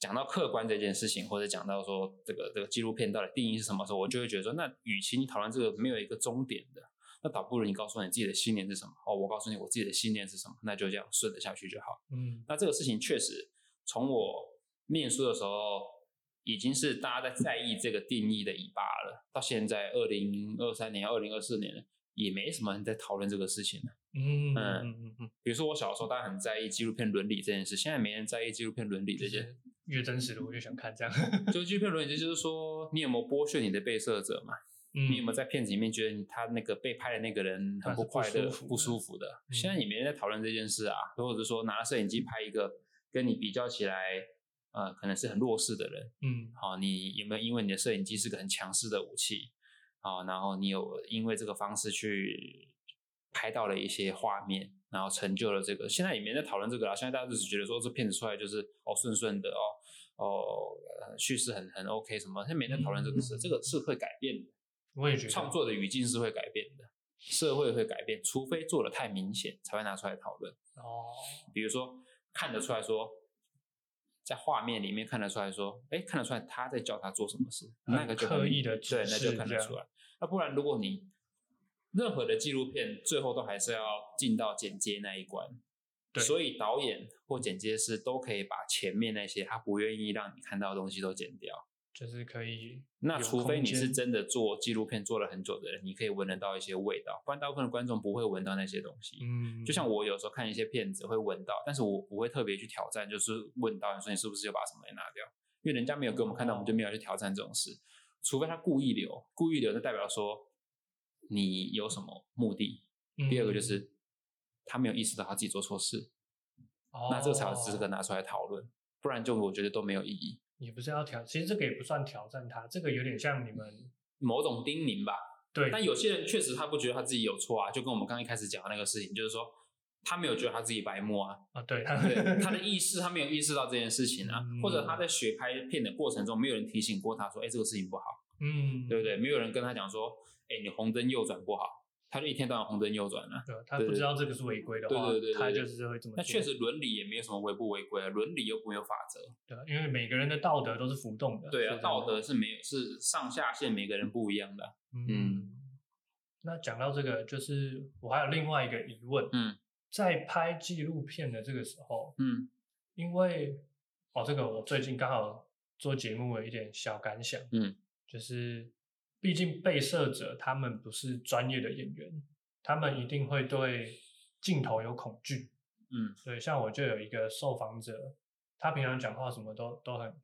[SPEAKER 2] 讲到客观这件事情，或者讲到说这个这个纪录片到底定义是什么时候，我就会觉得说，那与其你讨论这个没有一个终点的，那倒不如你告诉我你自己的信念是什么。哦，我告诉你我自己的信念是什么，那就这样顺着下去就好。
[SPEAKER 1] 嗯
[SPEAKER 2] 那这个事情确实从我念书的时候，已经是大家在在意这个定义的尾巴了。到现在二零二三年、二零二四年了，也没什么人在讨论这个事情了。
[SPEAKER 1] 嗯嗯嗯嗯嗯，
[SPEAKER 2] 比如说我小时候，大家很在意纪录片伦理这件事，现在没人在意纪录片伦理 这件事。
[SPEAKER 1] 越真实的我越想看这样，
[SPEAKER 2] 就纪录片伦理就是说，你有没有剥削你的被摄者嘛？
[SPEAKER 1] 嗯
[SPEAKER 2] 你有没有在片子里面觉得他那个被拍的那个人很快乐、
[SPEAKER 1] 他是不舒服的
[SPEAKER 2] 不舒服的？
[SPEAKER 1] 嗯
[SPEAKER 2] 现在也没人在讨论这件事啊，或者说拿摄影机拍一个跟你比较起来，呃，可能是很弱势的人，
[SPEAKER 1] 嗯
[SPEAKER 2] 好、你有没有因为你的摄影机是个很强势的武器，好、然后你有因为这个方式去拍到了一些画面，然后成就了这个。现在也没人在讨论这个了，现在大家只是觉得说这片子出来就是哦顺顺的哦哦、呃叙事很很 OK 什么，现在没人在讨论这个事，
[SPEAKER 1] 嗯
[SPEAKER 2] 这个是会改变的，
[SPEAKER 1] 我也觉得
[SPEAKER 2] 创作的语境是会改变的，社会会改变，除非做的太明显才会拿出来讨论。
[SPEAKER 1] 哦，
[SPEAKER 2] 比如说看得出来说，在画面里面看得出来说，哎，看得出来他在教他做什么事，
[SPEAKER 1] 很
[SPEAKER 2] 那个就
[SPEAKER 1] 刻意地指
[SPEAKER 2] 对，那就
[SPEAKER 1] 示
[SPEAKER 2] 看
[SPEAKER 1] 这
[SPEAKER 2] 得
[SPEAKER 1] 样
[SPEAKER 2] 出来。那不然，如果你任何的纪录片最后都还是要进到剪接那一关，
[SPEAKER 1] 对
[SPEAKER 2] 所以导演或剪接师都可以把前面那些他不愿意让你看到的东西都剪掉。
[SPEAKER 1] 就是可以
[SPEAKER 2] 那
[SPEAKER 1] 有
[SPEAKER 2] 除非
[SPEAKER 1] 空
[SPEAKER 2] 你是
[SPEAKER 1] 间
[SPEAKER 2] 真的做纪录片做了很久的人，你可以闻得到一些味道，不然大部分的观众不会闻到那些东西。
[SPEAKER 1] 嗯，
[SPEAKER 2] 就像我有时候看一些片子会闻到，但是我不会特别去挑战，就是问到你说你是不是又把什么给拿掉，因为人家没有给我们看到，我们就没有去挑战这种事。除非他故意留，故意留就代表说你有什么目的。第二个就
[SPEAKER 1] 嗯
[SPEAKER 2] 是他没有意识到他自己做错事，
[SPEAKER 1] 哦
[SPEAKER 2] 那这个才有资格拿出来讨论，不然就我觉得都没有意义。
[SPEAKER 1] 也不是要挑，其实这个也不算挑战他，这个有点像你们
[SPEAKER 2] 某种叮咛吧，
[SPEAKER 1] 对
[SPEAKER 2] 但有些人确实他不觉得他自己有错啊，就跟我们刚一开始讲的那个事情，就是说他没有觉得他自己白目啊，
[SPEAKER 1] 啊，对他
[SPEAKER 2] 对他的意识，他没有意识到这件事情啊，
[SPEAKER 1] 嗯
[SPEAKER 2] 或者他在学拍片的过程中，没有人提醒过他说，哎、这个事情不好，
[SPEAKER 1] 嗯，
[SPEAKER 2] 对不对？没有人跟他讲说，哎、你红灯右转不好，他就一天到晚红灯右转啊。
[SPEAKER 1] 对，他
[SPEAKER 2] 对
[SPEAKER 1] 不
[SPEAKER 2] 对
[SPEAKER 1] 知道这个是违规的
[SPEAKER 2] 对
[SPEAKER 1] 话，
[SPEAKER 2] 对对对
[SPEAKER 1] 他
[SPEAKER 2] 对
[SPEAKER 1] 就是会这么做。
[SPEAKER 2] 那确实伦理也没有什么违不违规啊，伦理又没有法则，
[SPEAKER 1] 对，因为每个人的道德都是浮动的。
[SPEAKER 2] 对
[SPEAKER 1] 所
[SPEAKER 2] 啊，
[SPEAKER 1] 以
[SPEAKER 2] 道德是没有是上下限，每个人不一样的啊、
[SPEAKER 1] 嗯，那讲到这个，就是我还有另外一个疑问，
[SPEAKER 2] 嗯，
[SPEAKER 1] 在拍纪录片的这个时候，
[SPEAKER 2] 嗯
[SPEAKER 1] 因为哦，这个我最近刚好做节目有一点小感想，
[SPEAKER 2] 嗯，
[SPEAKER 1] 就是毕竟被摄者他们不是专业的演员，他们一定会对镜头有恐惧，
[SPEAKER 2] 嗯，
[SPEAKER 1] 对，像我就有一个受访者，他平常讲话什么都都很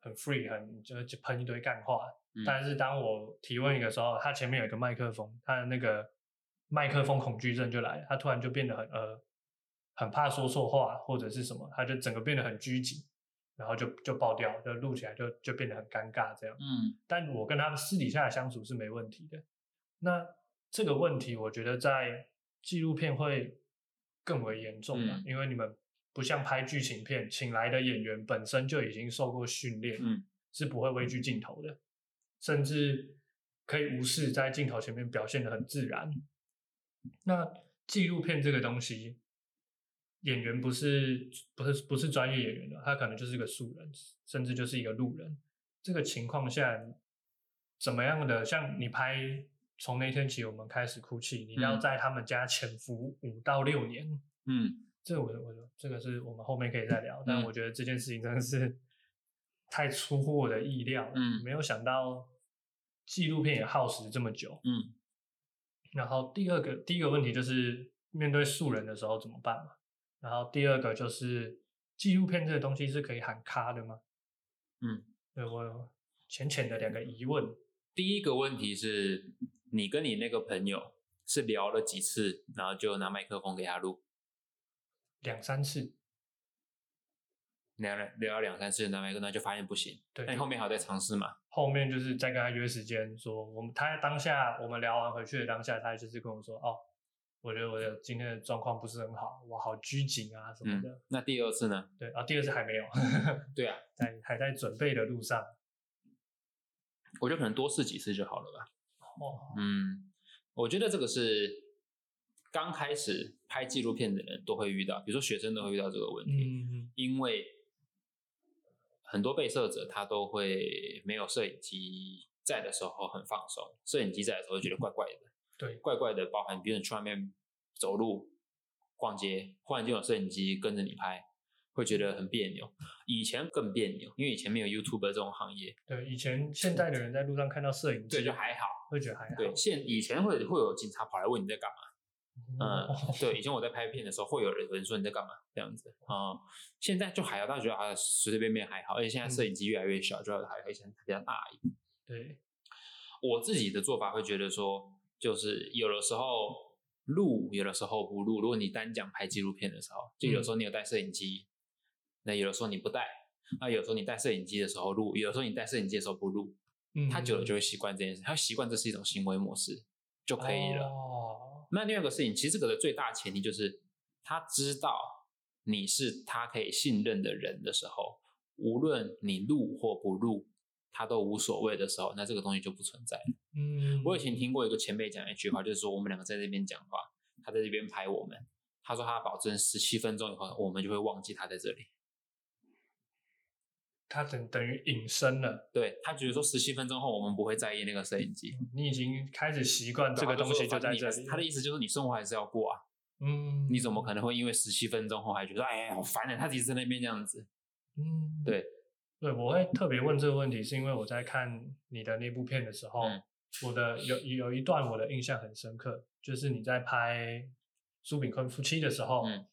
[SPEAKER 1] 很 free，很就是喷一堆干话，
[SPEAKER 2] 嗯
[SPEAKER 1] 但是当我提问一个时候，他前面有一个麦克风，他的那个麦克风恐惧症就来了，他突然就变得很呃很怕说错话或者是什么，他就整个变得很拘谨，然后就就爆掉，就录起来就就变得很尴尬这样。
[SPEAKER 2] 嗯
[SPEAKER 1] 但我跟他们私底下的相处是没问题的。那这个问题，我觉得在纪录片会更为严重啊，
[SPEAKER 2] 嗯
[SPEAKER 1] 因为你们不像拍剧情片，请来的演员本身就已经受过训练，
[SPEAKER 2] 嗯
[SPEAKER 1] 是不会畏惧镜头的，甚至可以无视在镜头前面表现的很自然。那纪录片这个东西，演员不是不是不是专业演员的，他可能就是个素人，甚至就是一个路人。这个情况下，怎么样的？像你拍，从那天起我们开始哭泣，你要
[SPEAKER 2] 嗯
[SPEAKER 1] 在他们家潜伏五到六年。
[SPEAKER 2] 嗯，
[SPEAKER 1] 这我我这个是我们后面可以再聊，但
[SPEAKER 2] 嗯
[SPEAKER 1] 我觉得这件事情真的是 太出乎我的意料了，
[SPEAKER 2] 嗯
[SPEAKER 1] 没有想到纪录片也耗时这么久。
[SPEAKER 2] 嗯，
[SPEAKER 1] 然后第二个第一个问题就是面对素人的时候怎么办嘛？然后第二个就是纪录片这个东西是可以喊卡的吗？
[SPEAKER 2] 嗯，
[SPEAKER 1] 对我有浅浅的两个疑问，
[SPEAKER 2] 第一个问题是，你跟你那个朋友是聊了几次，然后就拿麦克风给他录，
[SPEAKER 1] 两三次，
[SPEAKER 2] 聊了聊了两三次，拿麦克风，那就发现不行。
[SPEAKER 1] 对
[SPEAKER 2] 那你后面还有再尝试嘛？
[SPEAKER 1] 后面就是再跟他约时间，说我们他当下我们聊完回去的当下，他就是跟我说哦，我觉得我的今天的状况不是很好，我好拘谨啊什么
[SPEAKER 2] 嗯
[SPEAKER 1] 的。，
[SPEAKER 2] 那第二次呢？
[SPEAKER 1] 对，啊，第二次还没有，
[SPEAKER 2] 对啊，
[SPEAKER 1] 在还在准备的路上。
[SPEAKER 2] 我觉得可能多试几次就好了吧。
[SPEAKER 1] 哦，
[SPEAKER 2] 嗯，我觉得这个是刚开始拍纪录片的人都会遇到，比如说学生都会遇到这个问题，
[SPEAKER 1] 嗯，
[SPEAKER 2] 因为很多被摄者他都会没有摄影机在的时候很放松，摄影机在的时候就觉得怪怪的，
[SPEAKER 1] 嗯对，
[SPEAKER 2] 怪怪的，包含别人去外面走路、逛街，忽然间有摄影机跟着你拍，会觉得很别扭。以前更别扭，因为以前没有 YouTube 这种行业，
[SPEAKER 1] 对，以前现在的人在路上看到摄影机，
[SPEAKER 2] 对，就还好。
[SPEAKER 1] 会觉得还好。
[SPEAKER 2] 对，现以前会会有警察跑来问你在干嘛。嗯
[SPEAKER 1] 哦，
[SPEAKER 2] 对，以前 我在拍片的时候，会有人有人说你在干嘛这样子啊、嗯现在就还好，大家觉得啊随随便便还好，而且现在摄影
[SPEAKER 1] 嗯
[SPEAKER 2] 机越来越小，就要还以前比较大一点。
[SPEAKER 1] 对，
[SPEAKER 2] 我自己的做法会觉得说，就是有的时候录，有的时候不录。如果你单讲拍纪录片的时候，就有时
[SPEAKER 1] 嗯
[SPEAKER 2] 候你有带摄影机，那有的时候你不带。那有时候你带摄影机的时候录，有的时候你带摄影机的时候不录，
[SPEAKER 1] 嗯，
[SPEAKER 2] 他久了就会习惯这件事，他习惯这是一种行为模式就可以了。
[SPEAKER 1] 哦，
[SPEAKER 2] 那另外一个事情，其实这个的最大前提就是他知道你是他可以信任的人的时候，无论你录或不录，他都无所谓的时候，那这个东西就不存在了。
[SPEAKER 1] 嗯，
[SPEAKER 2] 我以前听过一个前辈讲一句话，就是说我们两个在这边讲话，他在这边拍我们，他说他保证十七分钟以后，我们就会忘记他在这里。
[SPEAKER 1] 他等等于隐身了，
[SPEAKER 2] 对他觉得说十七分钟后我们不会在意那个摄影机，
[SPEAKER 1] 你已经开始习惯嗯这
[SPEAKER 2] 对
[SPEAKER 1] 个
[SPEAKER 2] 他
[SPEAKER 1] 东
[SPEAKER 2] 说
[SPEAKER 1] 西就
[SPEAKER 2] 反正
[SPEAKER 1] 在
[SPEAKER 2] 你
[SPEAKER 1] 这
[SPEAKER 2] 还是
[SPEAKER 1] 里。
[SPEAKER 2] 他的意思就是你生活还是要过啊，
[SPEAKER 1] 嗯，
[SPEAKER 2] 你怎么可能会因为十七分钟后还觉得哎好烦啊？他一直在那边这样子，
[SPEAKER 1] 嗯，
[SPEAKER 2] 对，
[SPEAKER 1] 对，我会特别问这个问题，是因为我在看你的那部片的时候，
[SPEAKER 2] 嗯
[SPEAKER 1] 我的有有一段我的印象很深刻，就是你在拍苏炳坤夫妻的时候，
[SPEAKER 2] 嗯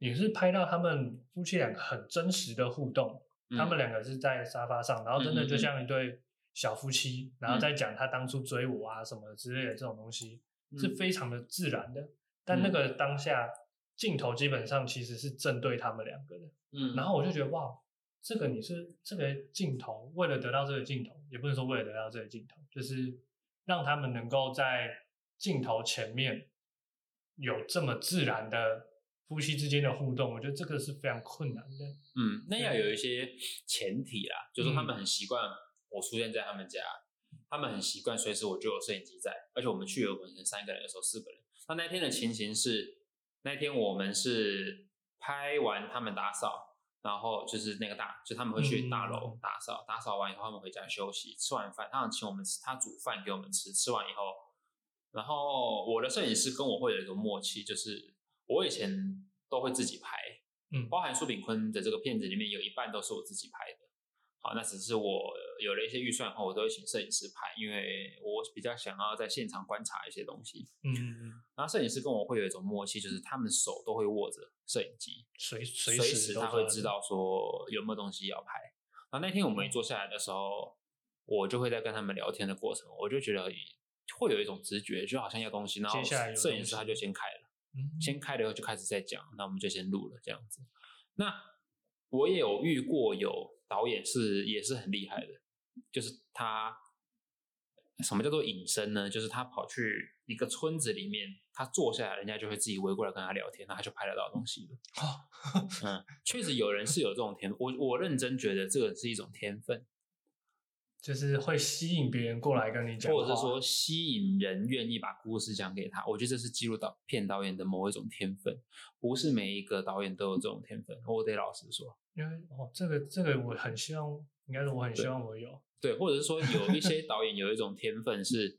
[SPEAKER 1] 你是拍到他们夫妻两个很真实的互动，他
[SPEAKER 2] 嗯
[SPEAKER 1] 们两个是在沙发上，然后真的
[SPEAKER 2] 嗯嗯
[SPEAKER 1] 就
[SPEAKER 2] 嗯
[SPEAKER 1] 像一对小夫妻，然后
[SPEAKER 2] 嗯
[SPEAKER 1] 再讲他当初追我啊什么之类的这种东西，是
[SPEAKER 2] 嗯
[SPEAKER 1] 非常的自然的。但那
[SPEAKER 2] 嗯
[SPEAKER 1] 个当下镜头基本上其实是正对他们两个的，
[SPEAKER 2] 嗯
[SPEAKER 1] 然后我就觉得哇，这个你是这个镜头，为了得到这个镜头，也不能说为了得到这个镜头，就是让他们能够在镜头前面有这么自然的夫妻之间的互动，我觉得这个是非常困难的。
[SPEAKER 2] 嗯，那要有一些前提啦，就是说他们很习惯我出现在他们家，他们很习惯随时我就有摄影机在，而且我们去有可能三个人，有时候四个人。那那天的情形是，那天我们是拍完他们打扫，然后就是那个大，就他们会去大楼
[SPEAKER 1] 嗯
[SPEAKER 2] 打扫，打扫完以后他们回家休息，吃完饭，他想请我们吃，他煮饭给我们吃，吃完以后，然后我的摄影师跟我会有一个默契，就是我以前都会自己拍，
[SPEAKER 1] 嗯
[SPEAKER 2] 包含苏炳坤的这个片子里面有一半都是我自己拍的。好，那只是我有了一些预算后，我都会请摄影师拍，因为我比较想要在现场观察一些东西。
[SPEAKER 1] 嗯，
[SPEAKER 2] 然后摄影师跟我会有一种默契，就是他们手都会握着摄影机，
[SPEAKER 1] 随随
[SPEAKER 2] 随
[SPEAKER 1] 时都
[SPEAKER 2] 他
[SPEAKER 1] 抓
[SPEAKER 2] 会
[SPEAKER 1] 得
[SPEAKER 2] 知道说有没有东西要拍。然后那天我
[SPEAKER 1] 嗯
[SPEAKER 2] 们一坐下来的时候，我就会在跟他们聊天的过程，我就觉得会有一种直觉，就好像要东西，然后
[SPEAKER 1] 接下来有
[SPEAKER 2] 摄
[SPEAKER 1] 东
[SPEAKER 2] 影
[SPEAKER 1] 西
[SPEAKER 2] 师他就先开了。
[SPEAKER 1] 嗯
[SPEAKER 2] 先开了以后就开始在讲，那我们就先录了这样子。那我也有遇过有导演是也是很厉害的，就是他什么叫做隐身呢？就是他跑去一个村子里面，他坐下来，人家就会自己围过来跟他聊天，那他就拍得到东西了。嗯，确实有人是有这种天，我我认真觉得这个是一种天分，
[SPEAKER 1] 就是会吸引别人过来跟你讲话，
[SPEAKER 2] 或者是说吸引人愿意把故事讲给他。我觉得这是记录导片导演的某一种天分，不是每一个导演都有这种天分。我得老实说，
[SPEAKER 1] 因为哦，这个这个我很希望，应该是我很希望我有，
[SPEAKER 2] 对，或者是说有一些导演有一种天分是，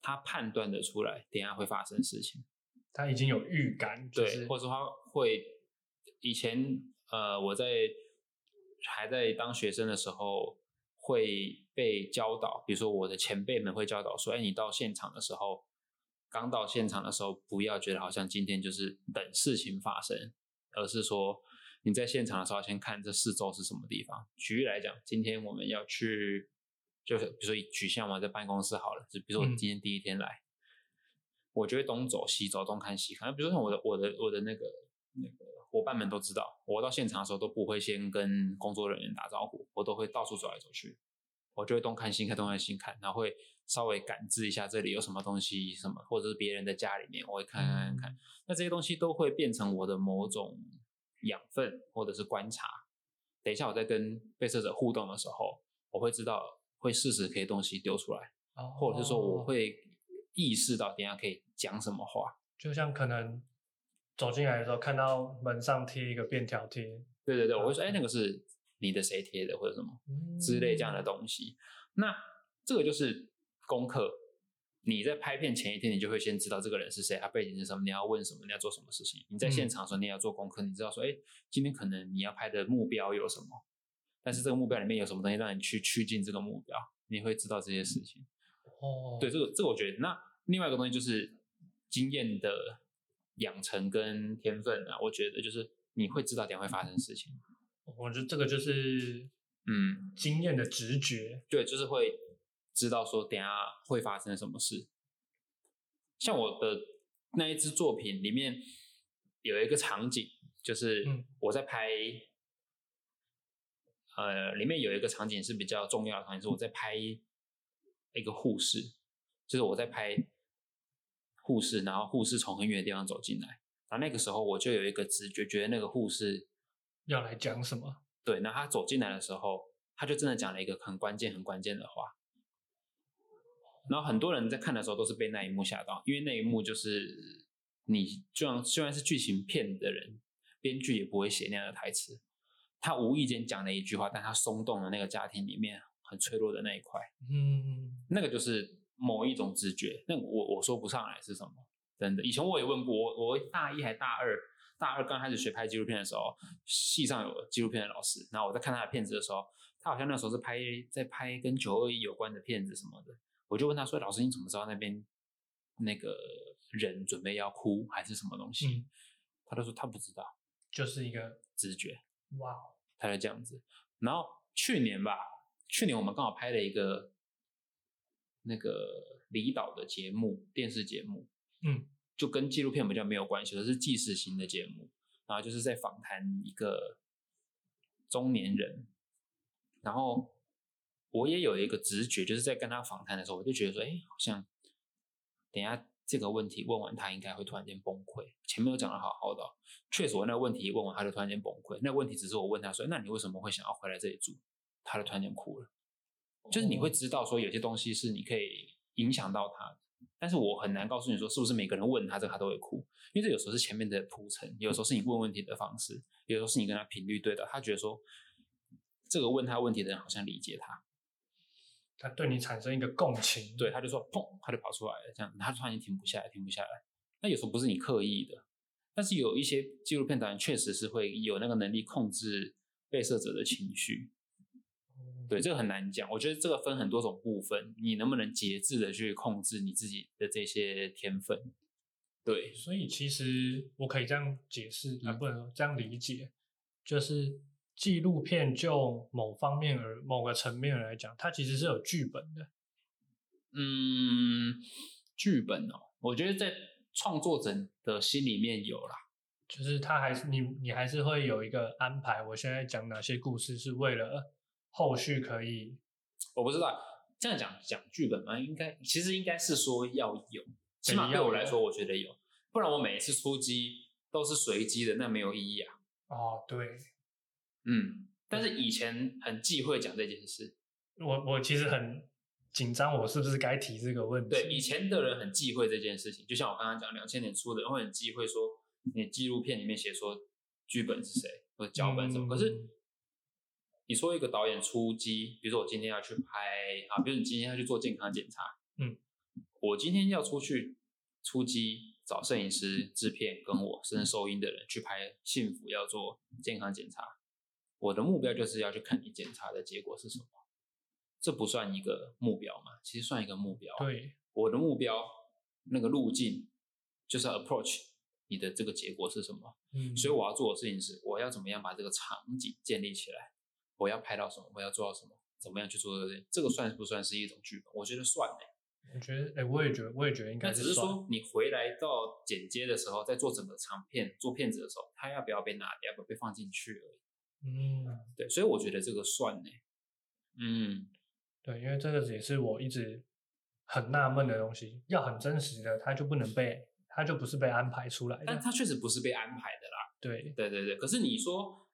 [SPEAKER 2] 他判断得出来，等一下会发生事情，
[SPEAKER 1] 他已经有预感，就
[SPEAKER 2] 对，
[SPEAKER 1] 是
[SPEAKER 2] 或者说他会以前呃我在还在当学生的时候会被教导，比如说我的前辈们会教导说，哎，你到现场的时候，刚到现场的时候不要觉得好像今天就是等事情发生，而是说你在现场的时候要先看这四周是什么地方。举例来讲，今天我们要去，就是比如说以举像我在办公室好了，就比如说我
[SPEAKER 1] 嗯
[SPEAKER 2] 今天第一天来，我就会东走西走，东看西看。比如说像我的我的我的那个那个伙伴们都知道，我到现场的时候都不会先跟工作人员打招呼，我都会到处走来走去。我就会东看西看，东看西看，然后会稍微感知一下这里有什么东西，什么或者是别人的家里面，我会看看看看。那这些东西都会变成我的某种养分或者是观察。等一下我在跟被摄者互动的时候，我会知道会适时可以东西丢出来，
[SPEAKER 1] 哦
[SPEAKER 2] 或者是说我，会意识到等一下可以讲什么话。
[SPEAKER 1] 就像可能走进来的时候看到门上贴一个便条贴
[SPEAKER 2] 对对对，我会说，哎，那个是你的谁贴的，或者什么。
[SPEAKER 1] 嗯
[SPEAKER 2] 之类这样的东西。那这个就是功课。你在拍片前一天，你就会先知道这个人是谁，他背景是什么，你要问什么，你要做什么事情。你在现场的时候，你也要做功课，你知道说，哎、今天可能你要拍的目标有什么，但是这个目标里面有什么东西让你去趋近这个目标，你会知道这些事情。
[SPEAKER 1] 哦，
[SPEAKER 2] 对，这个这个我觉得。那另外一个东西就是经验的养成跟天分啊，我觉得就是你会知道点会发生事情。
[SPEAKER 1] 我觉得这个就是
[SPEAKER 2] 嗯，
[SPEAKER 1] 经验的直觉，
[SPEAKER 2] 对，就是会知道说等一下会发生什么事。像我的那一支作品里面有一个场景，就是
[SPEAKER 1] 嗯
[SPEAKER 2] 我在拍，呃，里面有一个场景是比较重要的场景，是我在拍一个护士，就是我在拍护士，然后护士从很远的地方走进来，然后那个时候我就有一个直觉，觉得那个护士
[SPEAKER 1] 要来讲什么，
[SPEAKER 2] 对，那他走进来的时候，他就真的讲了一个很关键、很关键的话。然后很多人在看的时候都是被那一幕吓到，因为那一幕就是你就像虽然是剧情片的人，编剧也不会写那样的台词。他无意间讲了一句话，但他松动了那个家庭里面很脆弱的那一块，
[SPEAKER 1] 嗯，
[SPEAKER 2] 那个就是某一种直觉。那我我说不上来是什么，真的。以前我也问过，我我大一还大二，大二刚开始学拍纪录片的时候，系上有纪录片的老师，然后我在看他的片子的时候，他好像那时候是拍在拍跟九二一有关的片子什么的，我就问他说：“老师，你怎么知道那边那个人准备要哭还是什么东西？”
[SPEAKER 1] 嗯
[SPEAKER 2] 他就说他不知道，
[SPEAKER 1] 就是一个
[SPEAKER 2] 直觉。
[SPEAKER 1] 哇，哦
[SPEAKER 2] 他就这样子。然后去年吧，去年我们刚好拍了一个那个离岛的节目，电视节目，
[SPEAKER 1] 嗯，
[SPEAKER 2] 就跟纪录片比较没有关系，可是纪实型的节目，然后就是在访谈一个中年人，然后我也有一个直觉，就是在跟他访谈的时候，我就觉得说，哎，好像等一下。这个问题问完，他应该会突然间崩溃。前面我讲的好好的哦、确实，我那个问题一问完，他就突然间崩溃。那个问题只是我问他说：“那你为什么会想要回来这里住？”他就突然间哭了。就是你会知道说有些东西是你可以影响到他的，但是我很难告诉你说是不是每个人问他这个他都会哭，因为这有时候是前面的铺陈，有时候是你问问题的方式，有时候是你跟他频率对的，他觉得说这个问他问题的人好像理解他，
[SPEAKER 1] 他对你产生一个共情，
[SPEAKER 2] 对，他就说砰，他就跑出来了，这样他突然间停不下来，停不下来。那有时候不是你刻意的，但是有一些纪录片导演确实是会有那个能力控制被摄者的情绪，对，这个很难讲。我觉得这个分很多种部分，你能不能节制的去控制你自己的这些天分？对，
[SPEAKER 1] 所以其实我可以这样解释，啊，不能说这样理解，就是纪录片就某方面而某个层面来讲，它其实是有剧本的。
[SPEAKER 2] 嗯，剧本哦，我觉得在创作者的心里面有啦，
[SPEAKER 1] 就是它还是你，你还是会有一个安排。我现在讲哪些故事是为了后续可以
[SPEAKER 2] 我不知道这样讲讲剧本吗？应该其实应该是说要有，起
[SPEAKER 1] 对
[SPEAKER 2] 码对
[SPEAKER 1] 要
[SPEAKER 2] 我来
[SPEAKER 1] 有啊
[SPEAKER 2] 说，我觉得有，不然我每一次出击都是随机的，那没有意义啊。
[SPEAKER 1] 哦，对
[SPEAKER 2] 嗯，但是以前很忌讳讲这件事，
[SPEAKER 1] 我我其实很紧张，我是不是该提这个问题？
[SPEAKER 2] 对以前的人很忌讳这件事情，就像我刚刚讲，两千年初的人会很忌讳说，你纪录片里面写说剧本是谁或者脚本是什么，
[SPEAKER 1] 嗯
[SPEAKER 2] 可是你说一个导演出击，比如说我今天要去拍啊，比如你今天要去做健康检查，
[SPEAKER 1] 嗯，
[SPEAKER 2] 我今天要出去出击，找摄影师、制片跟我甚至收音的人去拍幸福要做健康检查，我的目标就是要去看你检查的结果是什么，这不算一个目标嘛？其实算一个目标啊，
[SPEAKER 1] 对，
[SPEAKER 2] 我的目标那个路径就是要 approach 你的这个结果是什么，
[SPEAKER 1] 嗯，
[SPEAKER 2] 所以我要做的事情是，我要怎么样把这个场景建立起来，我要拍到什么，我要做到什么，怎么样去做这个，这个算不算是一种剧本？我觉得算嘞、
[SPEAKER 1] 我觉得，哎、我也觉得，我也觉得应
[SPEAKER 2] 那
[SPEAKER 1] 该
[SPEAKER 2] 只是
[SPEAKER 1] 算
[SPEAKER 2] 说你回来到剪接的时候，在做整个长片、做片子的时候，它要不要被拿掉，要不要被放进去而已。
[SPEAKER 1] 嗯，
[SPEAKER 2] 对，所以我觉得这个算嘞、欸嗯，
[SPEAKER 1] 对，因为这个也是我一直很纳闷的东西，要很真实的，它就不能被，它就不是被安排出来
[SPEAKER 2] 但
[SPEAKER 1] 的，
[SPEAKER 2] 它确实不是被安排的啦。
[SPEAKER 1] 对，
[SPEAKER 2] 对对对，可是你说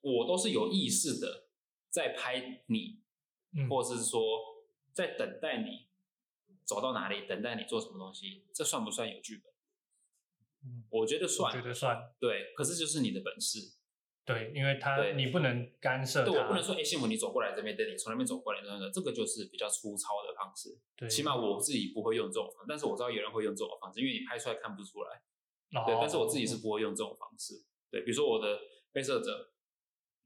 [SPEAKER 2] 我都是有意识的在拍你，
[SPEAKER 1] 嗯，
[SPEAKER 2] 或者是说在等待你走到哪里，等待你做什么东西，这算不算有剧本？
[SPEAKER 1] 嗯
[SPEAKER 2] 我觉得
[SPEAKER 1] 我
[SPEAKER 2] 算，
[SPEAKER 1] 觉得算，
[SPEAKER 2] 对。可是就是你的本事，
[SPEAKER 1] 对，因为它
[SPEAKER 2] 对
[SPEAKER 1] 你不能干涉
[SPEAKER 2] 对我
[SPEAKER 1] 它，
[SPEAKER 2] 不能说哎，幸福你走过来这边，对你从那边走过来，那个这个就是比较粗糙的方式。
[SPEAKER 1] 对，
[SPEAKER 2] 起码我自己不会用这种方式，但是我知道有人会用这种方式，因为你拍出来看不出来。
[SPEAKER 1] 哦，
[SPEAKER 2] 对，但是我自己是不会用这种方式。对，比如说我的被摄者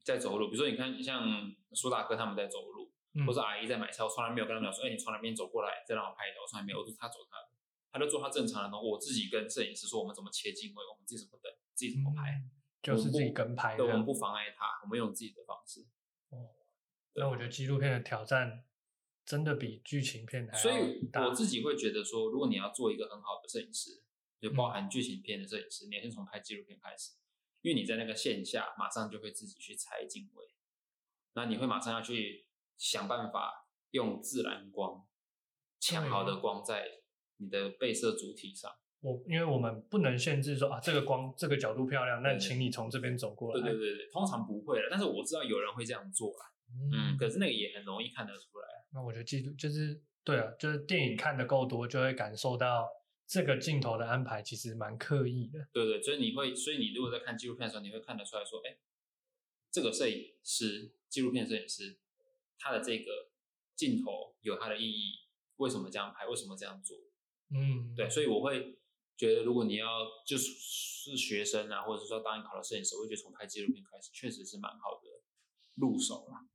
[SPEAKER 2] 在走路，比如说你看像苏大哥他们在走路，
[SPEAKER 1] 嗯，
[SPEAKER 2] 或是阿姨在买菜，我从来没有跟他们讲说，哎、你从那边走过来，再让我拍一下，我从来没有，我说他走他的，他就做他正常的动作，我自己跟摄影师说我们怎么切镜位，我们自己怎么等，自己怎么拍，
[SPEAKER 1] 嗯就是自己跟拍
[SPEAKER 2] 对，
[SPEAKER 1] 这
[SPEAKER 2] 我们
[SPEAKER 1] 样哦
[SPEAKER 2] 不妨碍他，我们用自己的方式。
[SPEAKER 1] 那我觉得纪录片的挑战真的比剧情片还要
[SPEAKER 2] 所以
[SPEAKER 1] 大
[SPEAKER 2] 我自己会觉得说，如果你要做一个很好的摄影师，就包含剧情片的摄影师，你要先从拍纪录片开始，因为你在那个线下马上就会自己去猜镜位，那你会马上要去想办法用自然光抢好的光在你的被摄主体上。
[SPEAKER 1] 我因为我们不能限制说啊，这个光这个角度漂亮，那
[SPEAKER 2] 对
[SPEAKER 1] 请你从这边走过
[SPEAKER 2] 嗯对
[SPEAKER 1] 来。
[SPEAKER 2] 对对对，通常不会了，但是我知道有人会这样做啦。嗯，可是那个也很容易看得出来。
[SPEAKER 1] 那我觉得记录就是对啊，就是电影看的够多，就会感受到这个镜头的安排其实蛮刻意的。
[SPEAKER 2] 对对，所以你会，所以你如果在看纪录片的时候，你会看得出来说，哎，这个摄影师，纪录片摄影师，他的这个镜头有它的意义，为什么这样拍，为什么这样做？
[SPEAKER 1] 嗯，
[SPEAKER 2] 对，所以我会觉得，如果你要就是是学生啊，或者是说当你考了摄影师，我会觉得从拍纪录片开始，确实是蛮好的入手啦，
[SPEAKER 1] 嗯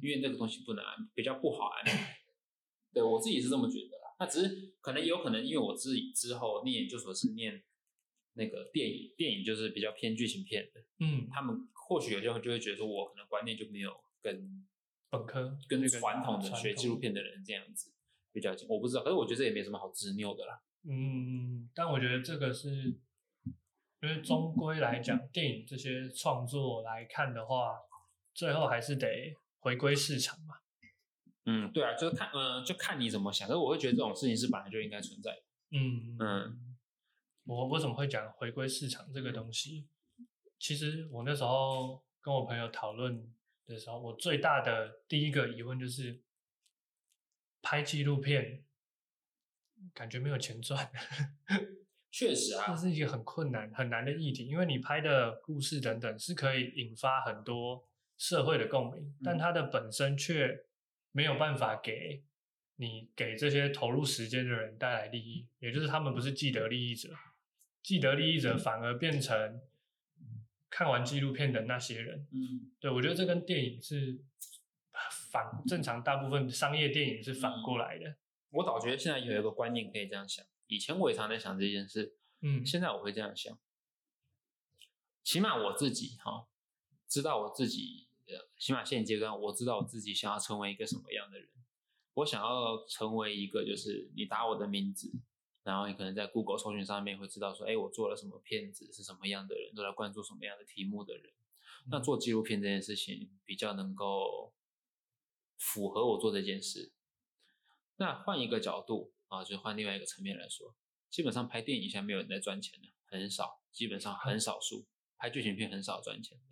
[SPEAKER 2] 因为那个东西不难，比较不好安排。对我自己是这么觉得啦。那只是可能也有可能，因为我自己之后念研究所是念那个电影，电影就是比较偏剧情片的，
[SPEAKER 1] 嗯，
[SPEAKER 2] 他们或许有些人就会觉得说我可能观念就没有跟
[SPEAKER 1] 本科
[SPEAKER 2] 跟
[SPEAKER 1] 那个
[SPEAKER 2] 传统的
[SPEAKER 1] 传
[SPEAKER 2] 学纪录片的人这样子比较近，我不知道，可是我觉得这也没什么好执拗的啦。
[SPEAKER 1] 嗯，但我觉得这个是，因为终归来讲，电影这些创作来看的话，最后还是得回归市场嘛。
[SPEAKER 2] 嗯，对啊，就是看，嗯、就看你怎么想。但是我会觉得这种事情是本来就应该存在的。
[SPEAKER 1] 嗯
[SPEAKER 2] 嗯，
[SPEAKER 1] 我为什么会讲回归市场这个东西？其实我那时候跟我朋友讨论的时候，我最大的第一个疑问就是，拍纪录片感觉没有钱赚，
[SPEAKER 2] 确实
[SPEAKER 1] 这
[SPEAKER 2] 啊，
[SPEAKER 1] 是一个很困难很难的议题，因为你拍的故事等等是可以引发很多社会的共鸣，
[SPEAKER 2] 嗯
[SPEAKER 1] 但它的本身却没有办法给你给这些投入时间的人带来利益，也就是他们不是既得利益者，既得利
[SPEAKER 2] 嗯
[SPEAKER 1] 益者反而变成看完纪录片的那些人。
[SPEAKER 2] 嗯，
[SPEAKER 1] 对我觉得这跟电影是反正常，大部分商业电影是反过来的。
[SPEAKER 2] 我倒觉得现在有一个观念可以这样想。以前我也常在想这件事，
[SPEAKER 1] 嗯
[SPEAKER 2] 现在我会这样想。起码我自己哈、知道我自己，呃，起码现阶段我知道我自己想要成为一个什么样的人。我想要成为一个，就是你打我的名字，然后你可能在 Google 搜寻上面会知道说，哎，我做了什么片子，是什么样的人，都在关注什么样的题目的人。那做纪录片这件事情比较能够符合我做这件事，那换一个角度啊，就换另外一个层面来说，基本上拍电影现在没有人在赚钱的，很少，基本上很少数拍剧情片很少赚钱的。
[SPEAKER 1] 哦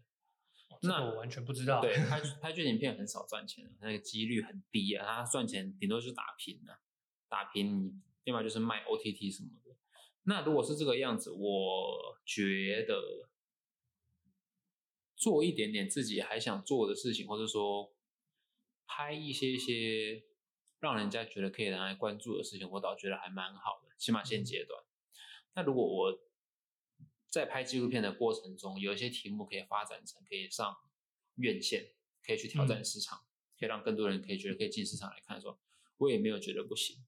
[SPEAKER 1] 这个
[SPEAKER 2] 那
[SPEAKER 1] 我完全不知道。
[SPEAKER 2] 对，拍拍剧情片很少赚钱的，那个几率很低啊。他赚钱顶多就是打平啊，打平你要么就是卖 OTT 什么的。那如果是这个样子，我觉得做一点点自己还想做的事情，或者说拍一些些让人家觉得可以拿来关注的事情，我倒觉得还蛮好的，起码现阶段。那如果我在拍纪录片的过程中，有一些题目可以发展成可以上院线，可以去挑战市场，可以让更多人可以觉得可以进市场来看的时候，我也没有觉得不行，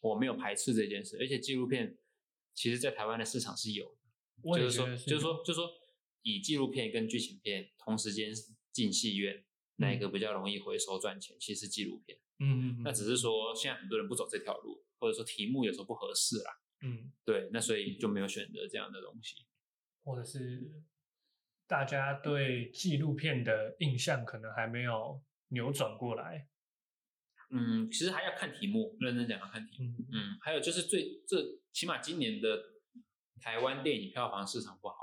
[SPEAKER 2] 我没有排斥这件事。而且纪录片其实在台湾的市场是有的，
[SPEAKER 1] 我也
[SPEAKER 2] 就是
[SPEAKER 1] 觉
[SPEAKER 2] 说，
[SPEAKER 1] 得
[SPEAKER 2] 就是说，就是说，以纪录片跟剧情片同时间进戏院，哪
[SPEAKER 1] 嗯
[SPEAKER 2] 一个比较容易回收赚钱？其实是纪录片，
[SPEAKER 1] 嗯，嗯嗯，
[SPEAKER 2] 那只是说现在很多人不走这条路，或者说题目有时候不合适啦。
[SPEAKER 1] 嗯，
[SPEAKER 2] 对，那所以就没有选择这样的东西。
[SPEAKER 1] 或者是大家对纪录片的印象可能还没有扭转过来。
[SPEAKER 2] 嗯，其实还要看题目，认真讲要看题目。
[SPEAKER 1] 嗯，
[SPEAKER 2] 嗯，还有就是最这起码今年的台湾电影票房市场不好